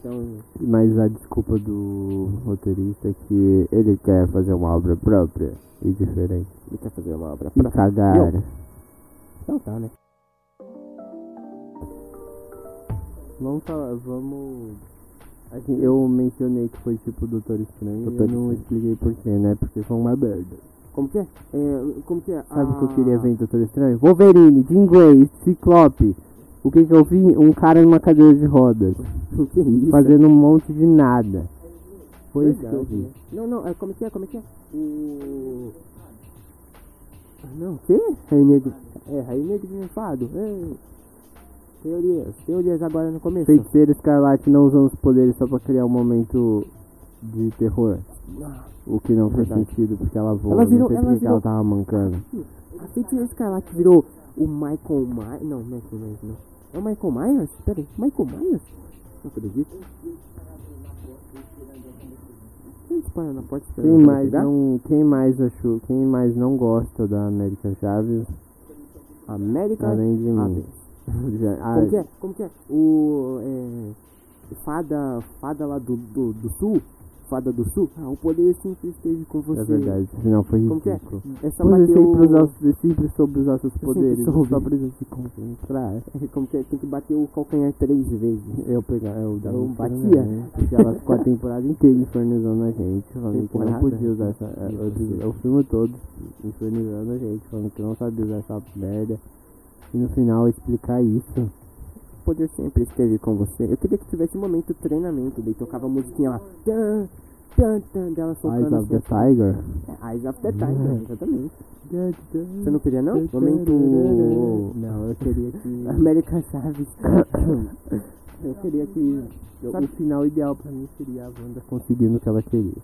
Então, Mas a desculpa do roteirista é que ele quer fazer uma obra própria e diferente. ele quer fazer uma obra E cagar. Então tá, né? Vamos falar, vamos. Assim, eu mencionei que foi tipo Doutor Estranho Doutor eu não Estranho. expliquei porquê, né? Porque foi uma merda. Como que é? é como que é? Sabe o que eu Ah, queria ver em Doutor Estranho? Wolverine, Jean Grey, Ciclope. O que que eu vi? Um cara numa cadeira de rodas, que isso? fazendo um monte de nada. Foi isso que eu Verdade, né? vi. Não, não, é, como que é? Como que é? O. Ah, Não, o quê? Rei Negro. É, Rei Negro de Enfado. Ei. Teorias, teorias agora no começo. Feiticeiro Escarlate não usando os poderes só pra criar um momento de terror. Ah, O que não faz Verdade. sentido, porque ela voa. Ela virou- não sei ela porque que virou- ela tava mancando. Assim A Feiticeira Escarlate virou o Michael Myers. Não, não é Michael Myers, não. É o Michael Myers? Pera aí, Michael Myers? Não acredito. Eles param na porta esperando Quem pra mais, pegar? não, quem mais achou, quem mais não gosta da América Chaves, *laughs* América. além de Ah, mim. Já- ah, Como que é? Como que é? O. É, fada. Fada lá do, do, do sul Fada do Sul, ah, o poder sempre esteve com você. É verdade, esse final foi Como que é? ridículo. Essa Pois eu sei bateu... pros nossos, é sempre sobre os nossos poderes, soube. só precisa se concentrar. Como que é? Tem que bater o calcanhar três vezes. Eu é pegar, eu dava Eu um tiro batia. nele, Porque ela ficou a temporada inteira infernizando a gente, falando que não Temporada? podia usar essa. é, Meu o episódio- Deus. O filme todo infernizando a gente, falando que não sabia usar essa merda. E no final explicar isso. O poder sempre esteve com você. Eu queria que tivesse um momento de treinamento, daí tocava a musiquinha lá. Tan, tan, tan, dela Eyes soltando of the assim. Tiger. É, Eyes of the Tiger, exatamente. Você Você não queria não? Momento. Momento... Não, eu queria *laughs* que. América Chaves. *coughs* Eu queria que. eu- o final ideal pra mim seria a Wanda conseguindo o que ela queria.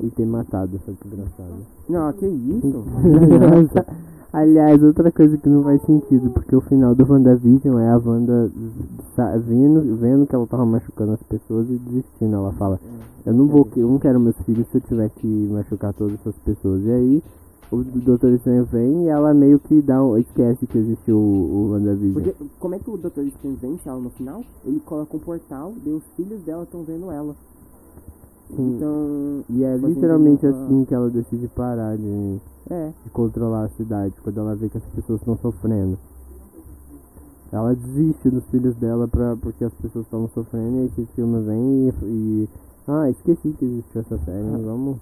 E ter matado essa desgraçada. Não, que isso? Nossa. *laughs* Aliás, outra coisa que não faz sentido, porque o final do WandaVision é a Wanda sa- vendo, vendo que ela tava machucando as pessoas e desistindo. Ela fala, eu não vou, que- eu não quero meus filhos se eu tiver que machucar todas essas pessoas. E aí o Doutor Estranho vem e ela meio que dá um- esquece que existe o, o WandaVision. Porque como é que o Dr. Strange vence ela no final? Ele coloca um portal e os filhos dela estão vendo ela. Sim. Então, E é Fazendo literalmente uma- assim que ela decide parar de, é. de controlar a cidade, quando ela vê que as pessoas estão sofrendo. Ela desiste dos filhos dela pra, porque as pessoas estavam sofrendo e esse filme vem e, e- Ah, esqueci que existiu essa série, vamos.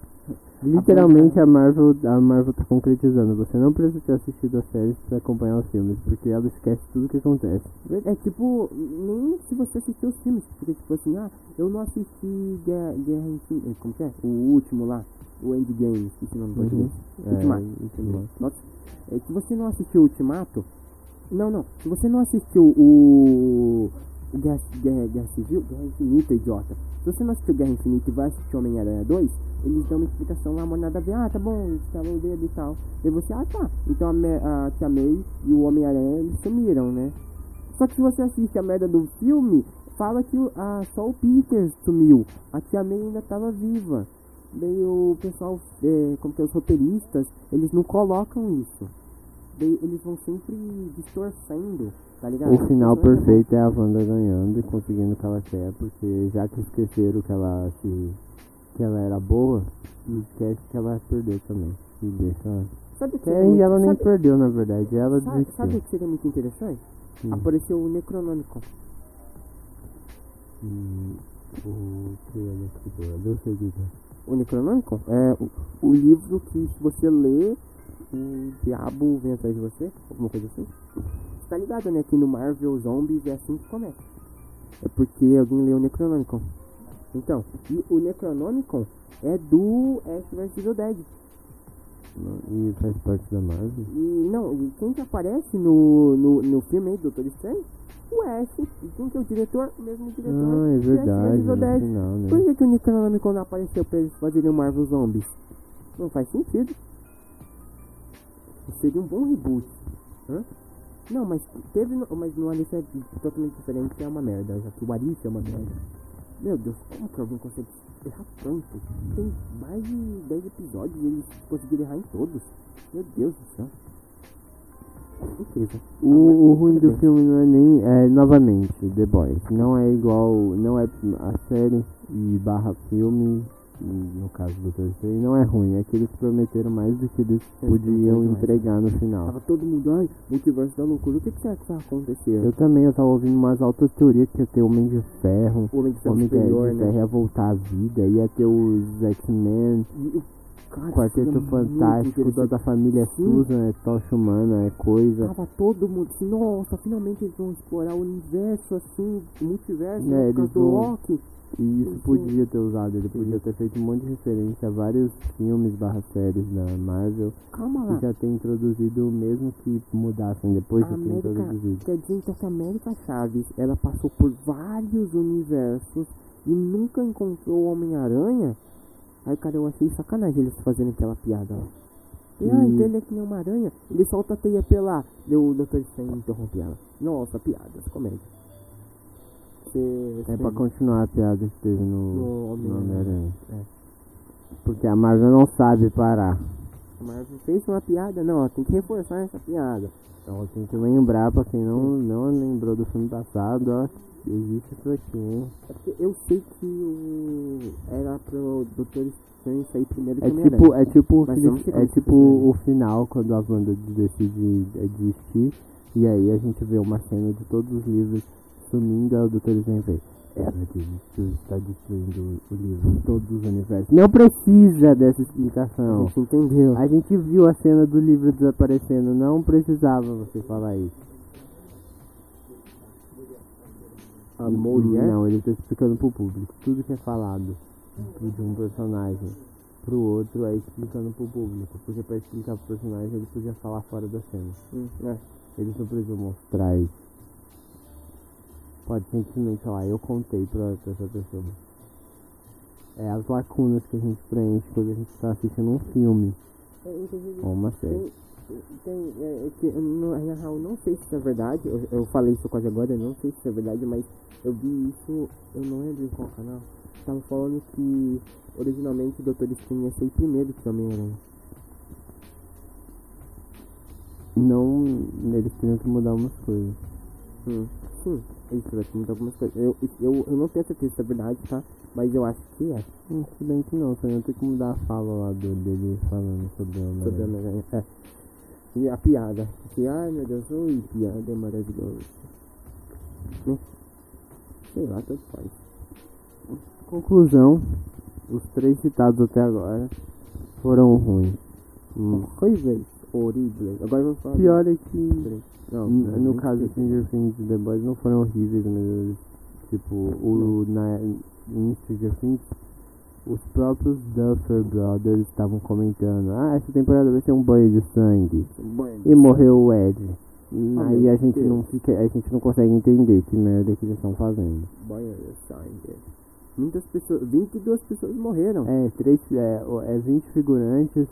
Literalmente a Marvel, a Marvel tá concretizando. Você não precisa ter assistido as séries pra acompanhar os filmes, porque ela esquece tudo que acontece. É tipo, nem se você assistiu os filmes, porque tipo assim, ah, eu não assisti Guerra, Guerra Infinita, como que é? O último lá, o Endgame, esqueci o nome do Uhum. uhum. Ultimato. Ultimato. Nossa, é, se você não assistiu o Ultimato, não, não, se você não assistiu o o Guerra, Guerra, Guerra Civil, Guerra Infinita, idiota. Se você não assistiu Guerra Infinita e vai assistir Homem-Aranha 2, eles dão uma explicação lá, mas nada a ver, ah, tá bom, estalou o dedo e tal. E você, ah, tá, então a, Me- a Tia May e o Homem-Aranha, eles sumiram, né? Só que se você assiste a merda do filme, fala que o- ah, só o Peter sumiu. A tia May ainda tava viva. Daí o pessoal, é, como que é, os roteiristas, eles não colocam isso. Daí eles vão sempre distorcendo, tá ligado? O final Então, perfeito é a Wanda ganhando e conseguindo o que ela quer, porque já que esqueceram que ela se, que ela era boa, esquece que ela perdeu também. E deixa. Sabe o que É, e ela nem sabe, perdeu, na verdade, ela sabe, desistiu. sabe o que seria muito interessante? Hum. Apareceu o Necronômico. Hum, o que é esse doido? Eu sei o que é. O Necronômico é o, o livro que se você lê, o diabo vem atrás de você, alguma coisa assim. Você tá ligado, né? Que no Marvel Zombies é assim que começa. É porque alguém leu o Necronomicon. Então, e o Necronomicon é do Ash vs the Dead. Não, E faz parte da Marvel. E não, e quem que aparece no, no, no filme aí, Doutor Estranho? O Ash. E quem que é o diretor? O mesmo diretor. Ah, de é Ash verdade, vs the no Dead. final, né? Por que, que o Necronomicon não apareceu pra eles fazerem o Marvel Zombies? um Não faz sentido. Seria um bom reboot. Hã? Não, mas teve. no- Mas no Arif é totalmente diferente, é uma merda. Já que o Arif é uma merda. Meu Deus, como que alguém consegue errar tanto? Tem mais de 10 episódios e eles conseguiram errar em todos. Meu Deus do céu. Incrível. O, o ruim do filme não é nem. É, novamente, The Boys. Não é igual. Não é a série e barra filme. e No caso do terceiro, não é ruim. É que eles prometeram mais do que eles podiam entregar no final. né? Tava todo mundo, ai, multiverso da loucura. O que, que será que vai acontecer? Eu também eu tava ouvindo umas altas teorias que ia ter Homem de Ferro. O Homem de Ferro Homem de Superior, de né? Ferro ia voltar à vida. Ia ter os X-Men. Cara, Quarteto seria muito Fantástico. interessante. Toda a família é Susan. É Tocha Humana. É coisa. Tava todo mundo assim, nossa, finalmente eles vão explorar o universo assim, o multiverso, É, né, por eles causa do vão- Loki. E isso podia ter usado, ele podia ter feito um monte de referência a vários filmes barra séries da Marvel Calma e lá. já ter introduzido mesmo que mudassem depois A de ter América, introduzido. quer dizer então que a América Chaves, ela passou por vários universos e nunca encontrou o Homem-Aranha? Aí, cara, eu achei sacanagem eles fazerem aquela piada lá. E, ah, E- então ele é que nem uma aranha, ele solta a teia pela... Deu o Dr. Strange interrompe ela. Nossa, piadas, comédia. Cê- É cê- pra continuar a piada que teve No no, né? Homem-Aranha. no Homem-Aranha. É. Porque a Marvel não sabe parar. A Marvel fez uma piada, não, ela tem que reforçar essa piada. Então tem que lembrar pra quem não, não lembrou do filme passado, ó. Existe isso aqui, hein? É porque eu sei que o... era pro Doutor Estranho sair primeiro que É Homem-Aranha. tipo, é tipo, o Mas Fili- eu não sei como é que tipo funciona. o final quando a Wanda decide é, desistir. E aí a gente vê uma cena de todos os livros sumindo a doutora Estranho vê. Ela desistiu, está destruindo o livro de todos os universos. Não precisa dessa A explicação. gente entendeu. A gente viu a cena do livro desaparecendo, não precisava você falar isso. A mulher. Não, ele tá explicando pro público. Tudo que é falado pro- de um personagem pro outro é explicando pro público. Porque pra explicar pro personagem ele podia falar fora da cena. Hum, é. Eles não precisam mostrar isso. Pode simplesmente falar, eu contei pra, pra essa pessoa. É as lacunas que a gente preenche quando a gente tá assistindo um filme É, inclusive, ou uma série. Tem, tem, é, é que eu não, na real, não sei se isso é verdade. Eu, eu falei isso quase agora, eu não sei se isso é verdade, mas eu vi isso, eu não lembro em qual canal. Tava falando que originalmente o Dr. Estranho ia ser primeiro que o Homem-Aranha. Não, eles tinham que mudar umas coisas. Hum. Sim, isso vai mudar algumas coisas. Eu, eu, eu não tenho certeza se é verdade, tá? Mas eu acho que é. Hum, Se bem que não, só ia ter que mudar a fala lá do, dele falando sobre o Sobre o Homem-Aranha. Homem-Aranha. É. E a piada. Que, ai meu Deus, ui, piada maravilhosa. Hum. Sei lá, tanto faz. Conclusão, os três citados até agora foram ruins. Hum. Coisas horríveis. Agora vamos falar. Pior é do- que, Peraí. Não, n- não, no não caso assim sei. de Stranger Things e The Boys, não foram horríveis, mas eles, tipo, o, na, em Stranger Things, os próprios Duffer Brothers estavam comentando, ah, essa temporada vai ser um banho de sangue. Bueno. E morreu o Ed. E Ah, aí meu a gente, Deus. não fica, a gente não consegue entender que merda que eles estão fazendo. Bueno, eu saí. Muitas pessoas. 22 pessoas morreram. É, três, é, o- é 20 figurantes.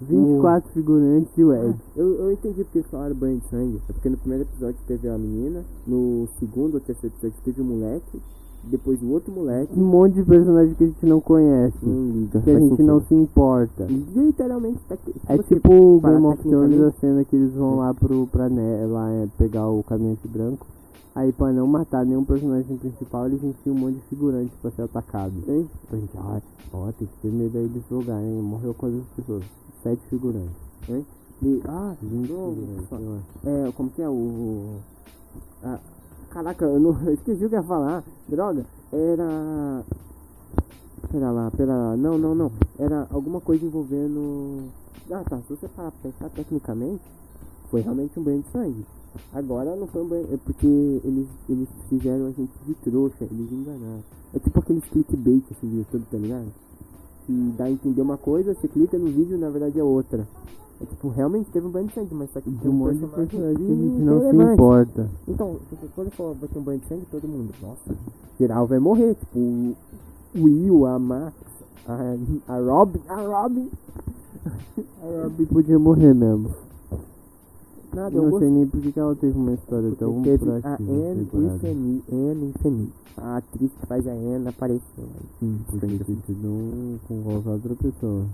24 figurantes e o Ah. Ed. Eu, eu entendi porque eles falaram banho de sangue. É porque no primeiro episódio teve a menina, no segundo ou terceiro episódio teve o moleque, depois o outro moleque. Um monte de personagem que a gente não conhece. Não liga. Que a faz gente não sentido. se importa. Literalmente tá aqui. É Você- tipo o fala Game of Thrones, a tecnicamente- cena que eles vão lá pro pra ne lá é, pegar o caminhante branco. Aí pra não matar nenhum personagem principal, eles enfiam um monte de figurante pra ser atacado. Hein? Pra gente, ó, ó, tem que ter medo aí desse lugar, hein? Morreu quantas pessoas? Sete figurantes. E- ah, Vinte não, figurantes, só- eu acho. É, como que é o. Ah, caraca, eu não eu esqueci o que eu ia falar. Droga, era. Pera lá, pera lá. Não, não, não. Era alguma coisa envolvendo. Ah, tá. Se você parar pra pensar tecnicamente, foi realmente um banho de sangue. Agora não foi um banho. É porque eles, eles fizeram a gente de trouxa, eles enganaram. É tipo aqueles clickbait, assim, do YouTube, tá ligado? Que dá a entender uma coisa, você clica no vídeo e na verdade é outra. É tipo, realmente teve um banho de sangue, mas só que De tem um monte de personagem personagem que a ali gente não se relevante. importa. Então, porque quando for vai ter um banho de sangue, todo mundo, nossa, geral vai morrer. Tipo, o Will, a Max, a, a Robin, a Robin, A Abby podia morrer mesmo. nada, Eu eu não então gostei. sei nem por que que ela teve uma história tão Porque teve a proativa. nessa Anne é temporada. Infeni, Anne Infeni, a atriz que faz a Anne apareceu. Sim, Podia ter sido um com qualquer outra pessoa.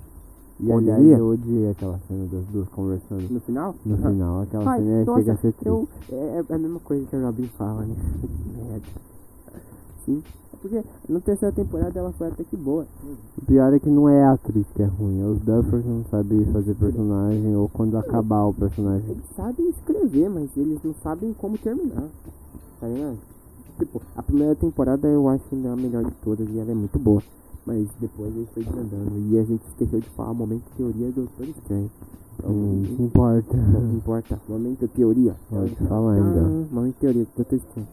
E Poderia? aliás, eu odiei aquela cena das duas conversando. No final? No final, aquela Ai, cena nossa, chega a ser triste. eu, é, é a mesma coisa que a Robin fala, né? *laughs* Que merda. Sim, é porque na terceira temporada ela foi até que boa. O pior é que não é a atriz que é ruim, é os Duffers que não sabem fazer personagem ou quando acabar o personagem. Eles sabem escrever, mas eles não sabem como terminar. Tá ligado? Tipo, a primeira temporada eu acho ainda a melhor de todas e ela é muito boa. Mas depois ele foi desandando e a gente esqueceu de falar momento teoria do Doutor Estranho. Então, Hum, Isso *laughs* importa. não importa. Momento teoria. Pode falar ainda. Ah, momento teoria do Doutor Estranho.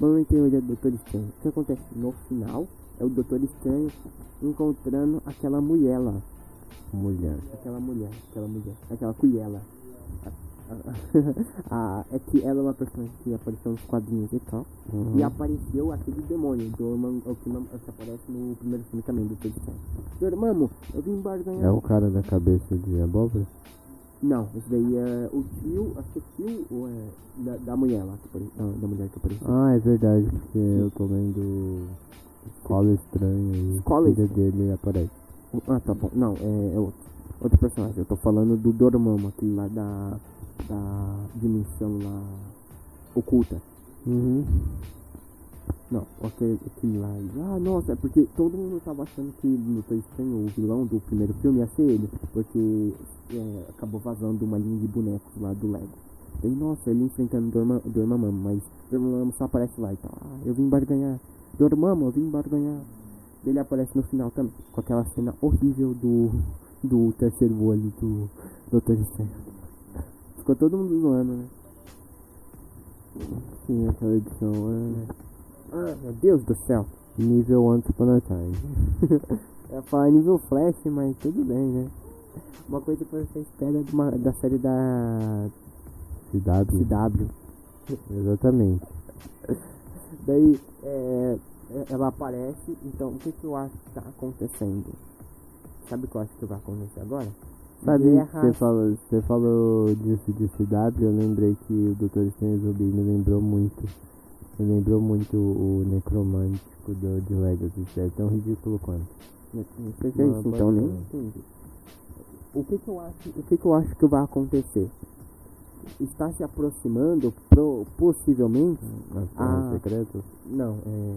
Momento teoria do Doutor Estranho. O que acontece no final é o Doutor Estranho encontrando aquela mulher lá. Ah. Mulher. Aquela mulher, aquela mulher, aquela cunhela. A, a- *laughs* é que ela é uma personagem que apareceu nos quadrinhos e tal. Uhum. E apareceu aquele demônio, Dormammu, é o que, não- é o que aparece no primeiro filme também, do Pedro Sérgio. Dormammu, eu vim embora ganhar. É o cara da cabeça de abóbora? Não, esse daí é o tio, acho que é tio ou é da, da mulher lá, que apare- da, da mulher que apareceu. Ah, é verdade, porque eu tô lendo Escola Estranha e Escola a filha dele aparece. Ah, tá bom. Não, é, é outro. Outro personagem. Eu tô falando do Dormammu, aquele lá da, da dimensão lá oculta. Uhum. Não, aquele, aquele lá. Ah, nossa, é porque todo mundo tava achando que no Doutor Estranho, o vilão do primeiro filme ia ser ele, porque é, acabou vazando uma linha de bonecos lá do Lego. E nossa, ele enfrentando Dorma- Dormammu, mas Dormammu só aparece lá e tal. Ah, eu vim barganhar. Dormammu, eu vim barganhar. Ele aparece no final também, com aquela cena horrível do, do terceiro olho do Doutor Estranho. Ficou todo mundo zoando, né? Sim, aquela edição é Ah, meu Deus do céu. nível Once Upon a Time. *laughs* Eu ia falar nível Flash, mas tudo bem, né? Uma coisa que você espera de uma- da série da CW. CW. Exatamente. Daí, é, é- ela aparece, então o que, que eu acho que tá acontecendo? Sabe o que eu acho que vai acontecer agora? Sabe, Guerra- você falou, você falou disso de CW, eu lembrei que o Dr. Estranho Zumbi me lembrou muito. Me lembrou muito o necromântico do, de Legacy, isso é tão ridículo quanto. Não não sei o que é Não, isso, pode então nem falar. entendi. O que, que eu acho, o que, que eu acho que vai acontecer? Está se aproximando, pro- possivelmente. As Ah. ah, secretas. Não, é.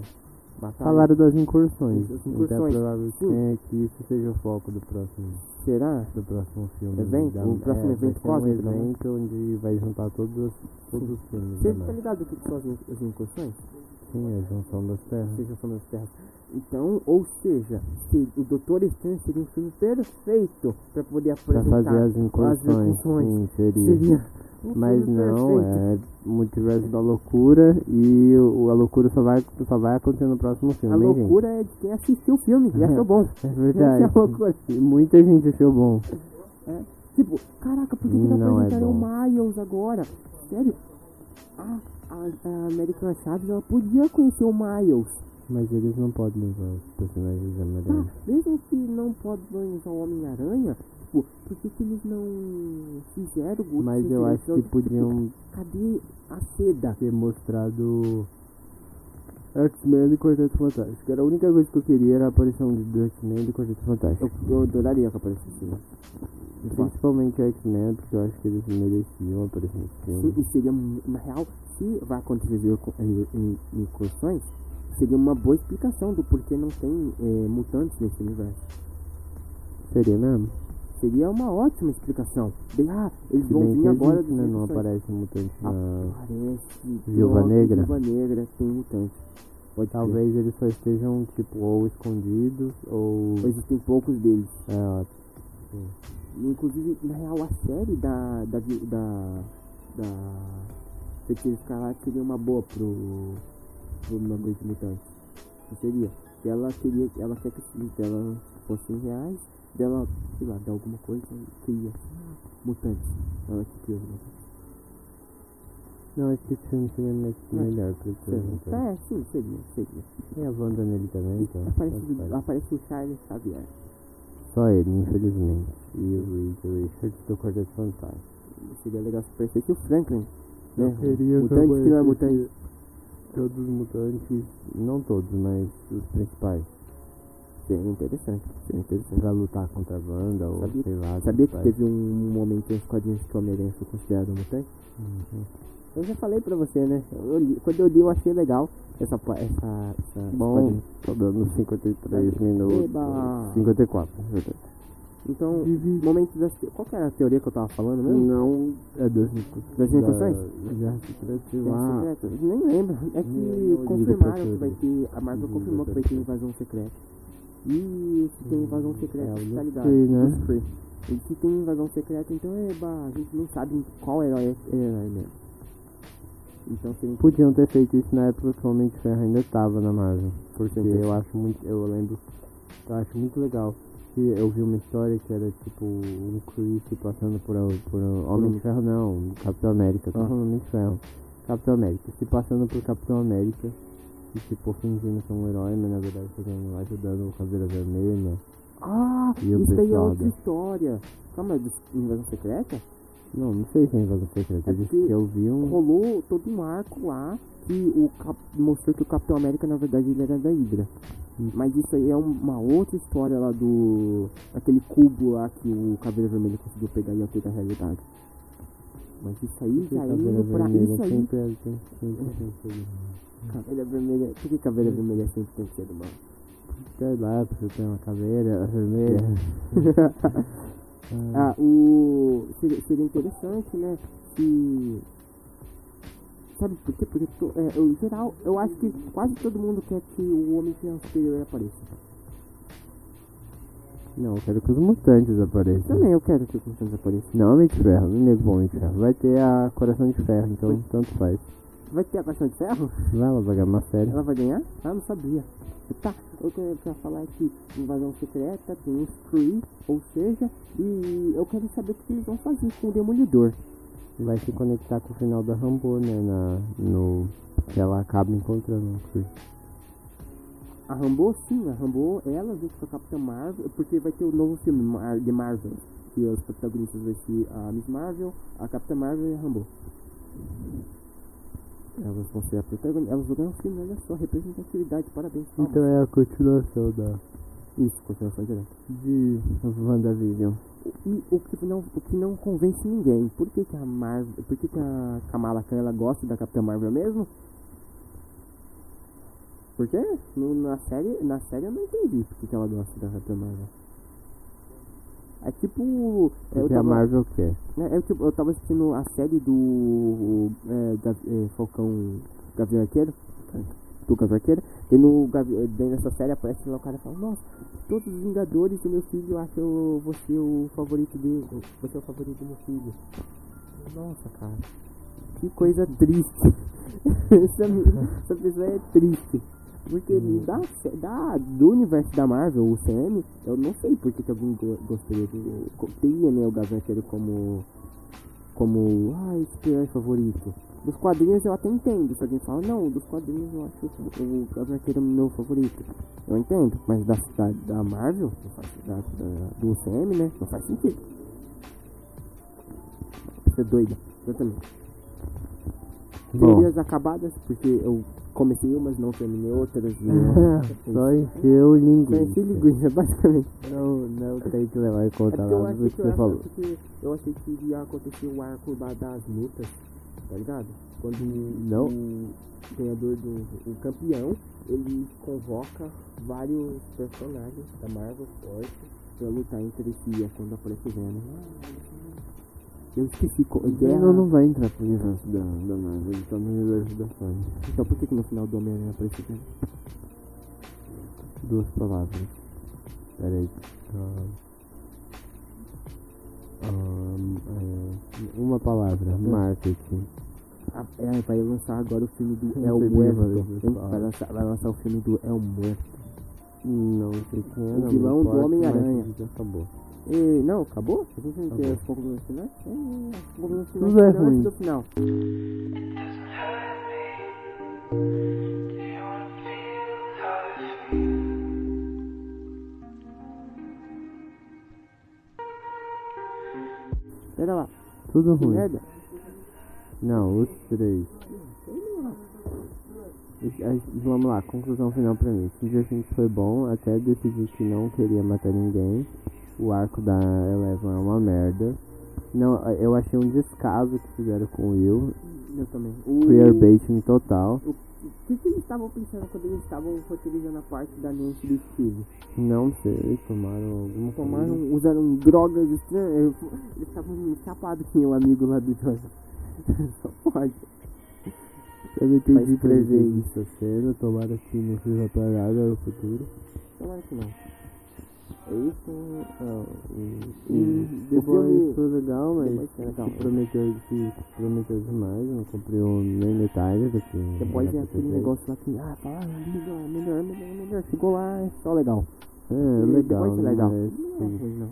batalha- Falaram das incursões. Isso, as Então é incursões. provável que, Sim. tenha- que isso seja o foco do próximo, Será? do próximo filme. Evento? Da- O próximo é, evento vai ser um cósmico, né? evento onde vai juntar todos, os- todos os filmes. Você Sim, tá ligado o que que são as in- as incursões? Sim, a junção das terras. seja falando certo. Então, ou seja, se o Doutor Estranho seria um filme perfeito pra poder Pra apresentar fazer as incursões. incursões. Sim, seria. Seria um Mas filme não, perfeito. é multiverso da loucura e o, a loucura só vai, só vai acontecer no próximo filme, A hein, loucura é de quem assistiu o filme e achou bom. gente? *laughs* É verdade. Essa é *laughs* a loucura. E Muita gente achou bom. Tipo, caraca, por que, que não Não é apresentaram bom. o Miles agora? Sério? Ah, a, a American Chaves, ela podia conhecer o Miles. Mas eles não podem levar os personagens Tá, amarelos. mesmo que não podem usar o Homem-Aranha, tipo, por que, que eles não fizeram o Mas eu acho que podiam Cadê a seda? ter mostrado X-Men e Quarteto Fantástico. Era a única coisa que eu queria era a aparição de do X-Men e do Quarteto Fantástico. Eu, eu adoraria que aparecesse assim, isso. Principalmente o X-Men, porque eu acho que eles mereciam aparecer nesse Sim, filme. e seria, mu- na real, se vai acontecer incu- eh, in- incursões, seria uma boa explicação do porquê não tem eh, mutantes nesse universo. Seria mesmo? Seria uma ótima explicação. Bem, ah, eles Se vão bem que vir agora existe, dos né? Não incursões. aparece mutante Ah, na... Aparece. Viúva nossa, Negra? Viúva Negra tem mutante. Pode crer. Talvez eles só estejam, tipo, ou escondidos, ou... Pois Existem poucos deles. É, ó, Inclusive, na real, a série da. da. vi- da. da Feiticeiro Escarlate seria uma boa pro. pro nome dos mutantes. Não seria? Que ela queria. ela quer que se ela fossem reais, dela, sei lá, dá alguma coisa e cria mutantes. Ela que cria os mutantes. Não, acho É. que esse filme seria me- melhor pra Sim. você. É, sim, seria, seria. Tem a Wanda nele também, então. Aparece, tanto faz. aparece o Charles Xavier. Só ele, infelizmente. E o Reed Richards do Quarteto Fantástico. Seria legal se aparecesse o Franklin. Né? Eu queria Mutante que não é também mutante. Todos os mutantes, não todos, mas os principais. Seria interessante, seria interessante. Pra lutar contra a Wanda, ou Sabia- sei lá. Sabia que faz. teve um momento nos quadrinhos que o Homem-Aranha foi considerado um mutante? Uhum. Eu já falei pra você, né? Eu li- quando eu li, eu achei legal essa. pa- essa, essa Bom, quadrinho. tô dando 53 Eba. minutos. 54, na verdade. Então, momento da. Qual que era a teoria que eu tava falando mesmo? Não, é das incursões. Das incursões? Já se tratou Guerra lá. secreta? um Nem lembro. É Nem lembro, que eu confirmaram digo que vai pra ter. A Marvel Digo confirmou que pra vai ter invasão secreta. E se tem invasão secreta, É, tá eu ligado? sei, né? Isso foi. E se tem invasão secreta, então eba, a gente não sabe qual herói é esse herói mesmo. Então seria Podiam ter feito isso na época que o Homem de Ferro ainda tava na Marvel. Porque eu acho muito. Eu lembro. Eu acho muito legal que eu vi uma história que era tipo um Creed passando por, por Homem de Ferro, não, Capitão América, tô Ah. falando Homem de Ferro. Capitão América, se passando por Capitão América e tipo fingindo ser um herói, mas na verdade fazendo, um ajudando o Caveira Vermelha. Ah, E o isso daí é pessoal outra da- história. Calma, é do Invasão Secreta? Não, não sei se é invasão secreta, É eu disse porque que eu vi um. Rolou todo um arco lá que o Cap... mostrou que o Capitão América, na verdade, ele era da Hydra. Hum. Mas isso aí é uma outra história lá do... Aquele cubo lá que o Cabelo Vermelho conseguiu pegar e alterar a realidade. Mas isso aí já é Caveira indo pra... Vermelha Isso aí... sempre é- tem- sempre tem que ser- Caveira Vermelha... Por que Caveira Vermelha sempre tem que ser do mal? Sei lá, porque eu tenho uma caveira vermelha. Ah, o. Seria, seria interessante, né? Se. Sabe por quê? Porque to- é, eu, em geral, eu acho que quase todo mundo quer que o Homem de Ferro Superior apareça. Não, eu quero que os mutantes apareçam. Também eu quero que o Constantino apareça. Não, Homem de Ferro, não nego pro Homem de Ferro. Vai ter a Coração de Ferro, então tanto faz. Vai ter a Paixão de Ferro? Vai lá pagar uma série. Ela vai ganhar? Ah, não sabia. Tá, eu tenho pra falar que invasão secreta, tem os Kree, ou seja, e eu quero saber o que eles vão fazer com o Demolidor. Vai se conectar com o final da Rambo, né? Na, no, que ela acaba encontrando. né, A Rambo, sim, a Rambo, ela junto com a Capitã Marvel, porque vai ter o novo filme Mar de Marvel, que é os protagonistas vai ser a Miss Marvel, a Capitã Marvel e a Rambo. Elas vão ser a protagonista, elas vão ganhar um filme, olha só, representatividade, parabéns. palmas. Então é a continuação da Isso, continuação direta. É, de WandaVision. E o que tipo, não, o que não convence ninguém, por que, que a Marvel, por que, que a Kamala Khan ela gosta da Capitã Marvel mesmo? Por quê? No- na, série, na série eu não entendi por que, que ela gosta da Capitã Marvel. É tipo. é, eu Porque a tava- Marvel quer. né, eu, tipo, eu tava assistindo a série do é, da, é, Falcão Gavião Arqueiro. Do Gavião Arqueiro. E no, Gavi- é, daí nessa série aparece lá o cara e fala, nossa, todos os Vingadores do meu filho acham você o favorito dele. Você é o favorito do meu filho. Nossa, cara. Que coisa triste. *laughs* essa, me- essa pessoa é triste. Porque da, sé- da, do universo da Marvel, o CM, eu não sei porque que alguém go- gostaria de. co- Teria né, o Gavião Arqueiro como. Como. Ah, esse herói favorito. Dos quadrinhos eu até entendo. Se alguém fala, não, dos quadrinhos eu acho o Gavião Arqueiro meu favorito. Eu entendo. Mas da, da, da Marvel, não faz- da, da- do CM, né? Não faz sentido. Você é doida. Exatamente. Bom, Teorias acabadas, porque eu comecei umas, não terminei outras. E... *laughs* só encheu Conheci o linguiça. linguiça, basicamente. Não, não tem que levar em É conta porque eu nada achei do que, que eu, você acho- falou. porque eu achei que iria acontecer o arco lá das lutas, tá ligado? Quando Não. o ganhador do o campeão, ele convoca vários personagens da Marvel forte pra lutar entre si, é quando aparece o Venom. Eu é esqueci, co- guerra... Não, não vai entrar pro universo da, da Marvel, ele tá no universo da Sony. Então por que, que no final do Homem-Aranha aparece o Venom? Duas palavras. Pera aí. Ah, ah, é, uma palavra. Marketing. Ah, é, vai lançar agora o filme do Não El sei nem Muerto. fazer isso, Hein? fala. Vai lançar, vai lançar o filme do É um El Muerto. Não sei quem é. O não vilão do importa, Homem-Aranha. mas Já acabou. E, não, acabou? A gente não tem Acabou. as conclusões finais? É, as conclusões Tudo finais é antes ruim. do final. Pera lá, Tudo que ruim. merda. É. Não, os três. E- a- É, Vamos lá, conclusão final pra mim. Stranger Things foi bom, até decidir que não queria matar ninguém. O arco da Eleven é uma merda. Não, eu achei um descaso que fizeram com o Will. Eu também. O Queerbaiting total. o- o que, que eles estavam pensando quando eles estavam roteirizando a parte da Nancy do Steve? Não sei, tomaram alguma coisa. Tomaram, usaram drogas estranhas. Eu- Eles estavam chapados que nem o amigo lá do Jordan. *laughs* Só pode. Eu não entendi Faz pra prever ver isso cena, tomara que não seja parada no futuro. Tomara que não. É isso. Não, e, Hum, e depois- depois foi legal, mas depois foi legal. se prometeu, se prometeu demais, não cumpriu nem metade do que. Depois era é pra aquele fazer. tá, negócio lá que, ah, fala, ah, melhor, melhor, melhor, melhor. Chegou lá, é só legal. É, E legal. depois é legal. Mas, Não é sim, ruim,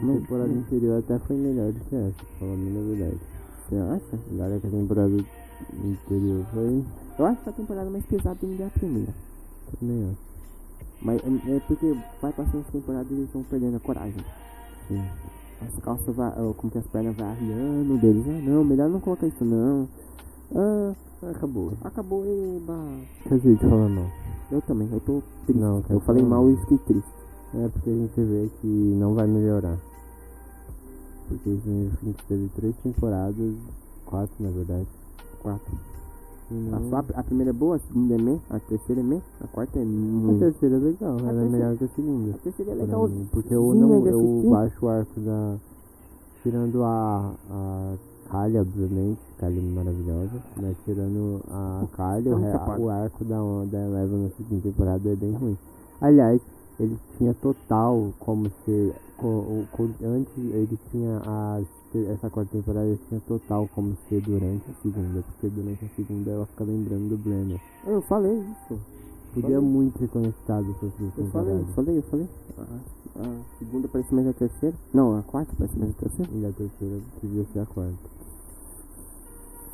não. a temporada anterior até foi melhor do que essa, falando a verdade. Você acha? Agora que a temporada anterior foi Eu acho que a temporada mais pesada ainda é a primeira. melhor. Mas é é porque vai passando as temporadas e eles vão perdendo a coragem. Sim. As calças vai. ah, Como que as pernas vai arriando deles. Ah não, melhor não colocar isso não. Ah, Acabou. acabou, eba. Cansei de falar mal. Eu também, eu tô triste. Não, tá cara, eu falei não. mal e fiquei triste. É porque a gente vê que não vai melhorar. Porque a gente teve três temporadas, quatro na verdade. Quatro. e A, não- sua- a primeira é boa, a segunda é meh, a terceira é meh, a quarta é A muito. terceira é legal, ela é terceira- melhor que a A segunda. terceira é pra legal. mim, Porque eu Sim, não ainda eu assisti. acho o arco da. Tirando a. a Calha, obviamente, Calha maravilhosa, mas tirando a Calha, o, Vamos rea- tapar. o arco da, da Eleven na segunda temporada é bem ruim. Aliás, ele tinha total como ser. co- o- co- antes ele tinha a, essa quarta temporada, ele tinha total como ser durante a segunda, porque durante a segunda ela fica lembrando do Brenner. Eu falei isso. Podia Falei. muito ser conectado com essas duas Eu falei, eu temporadas. falei, eu falei. A, a segunda parece mais a terceira. Não, a quarta parece mais a terceira. E a terceira devia ser a quarta.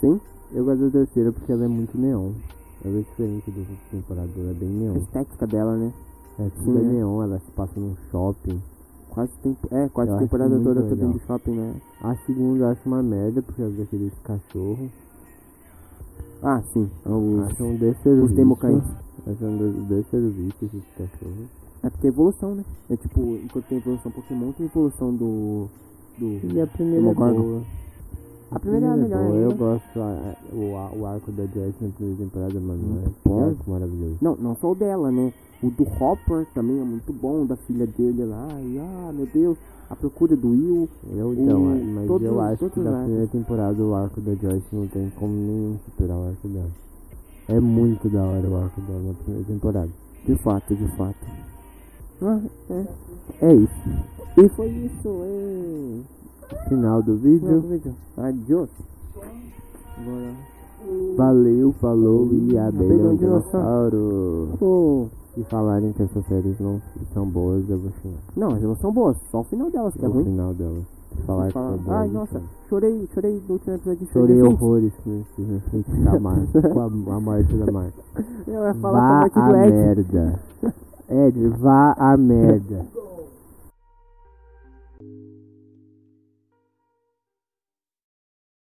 Sim. Eu gosto da terceira porque ela é muito neon. Ela é diferente das outras temporadas, ela é bem A neon. estética dela, né? É tudo é né? neon, ela se passa num shopping. Quase tempo. É, quase Eu a acho temporada muito toda foi legal. dentro do shopping, né? A segunda eu acho uma merda por causa daqueles cachorros. Ah, sim. Os, Acho um desserviço. os democães. Acho um des- desserviço esses cachorros. É porque é evolução, né? É tipo, enquanto tem evolução Pokémon, tem evolução do. do. E a primeira é Demogorgon. boa. A primeira é a melhor boa. Eu ainda. gosto a- a- o, a- o arco da Jess na primeira temporada, mano. Muito É bom. um arco maravilhoso. Não, não só o dela, né? O do Hopper também é muito bom, da filha dele lá. E ah, meu Deus, a procura do Will. Eu então, O- é, mas todos- eu acho que todos na os arcos. primeira temporada o arco da Joyce não tem como nenhum superar o arco dela. É muito da hora o arco dela na primeira temporada. De fato, de fato. Ah, é. É isso. E foi isso, é. Ah, Final do vídeo. Vídeo. Adiós. Bora. Valeu, falou e Beijão, abeijão dinossauro. Pô, Se falarem que essas séries não são boas, eu vou xingar. Não, as elas são boas, só o final delas que é o ruim. final delas. Se falar que Fala, são boas. Ai, eu nossa, assim. xingo. chorei, chorei no último episódio de Chorei Stranger horrores com esse efeito da Marta. Com a, a morte *laughs* da Marta. Things. Eu ia falar Vá com a *laughs* a morte do Ed. merda. Ed, vá a merda.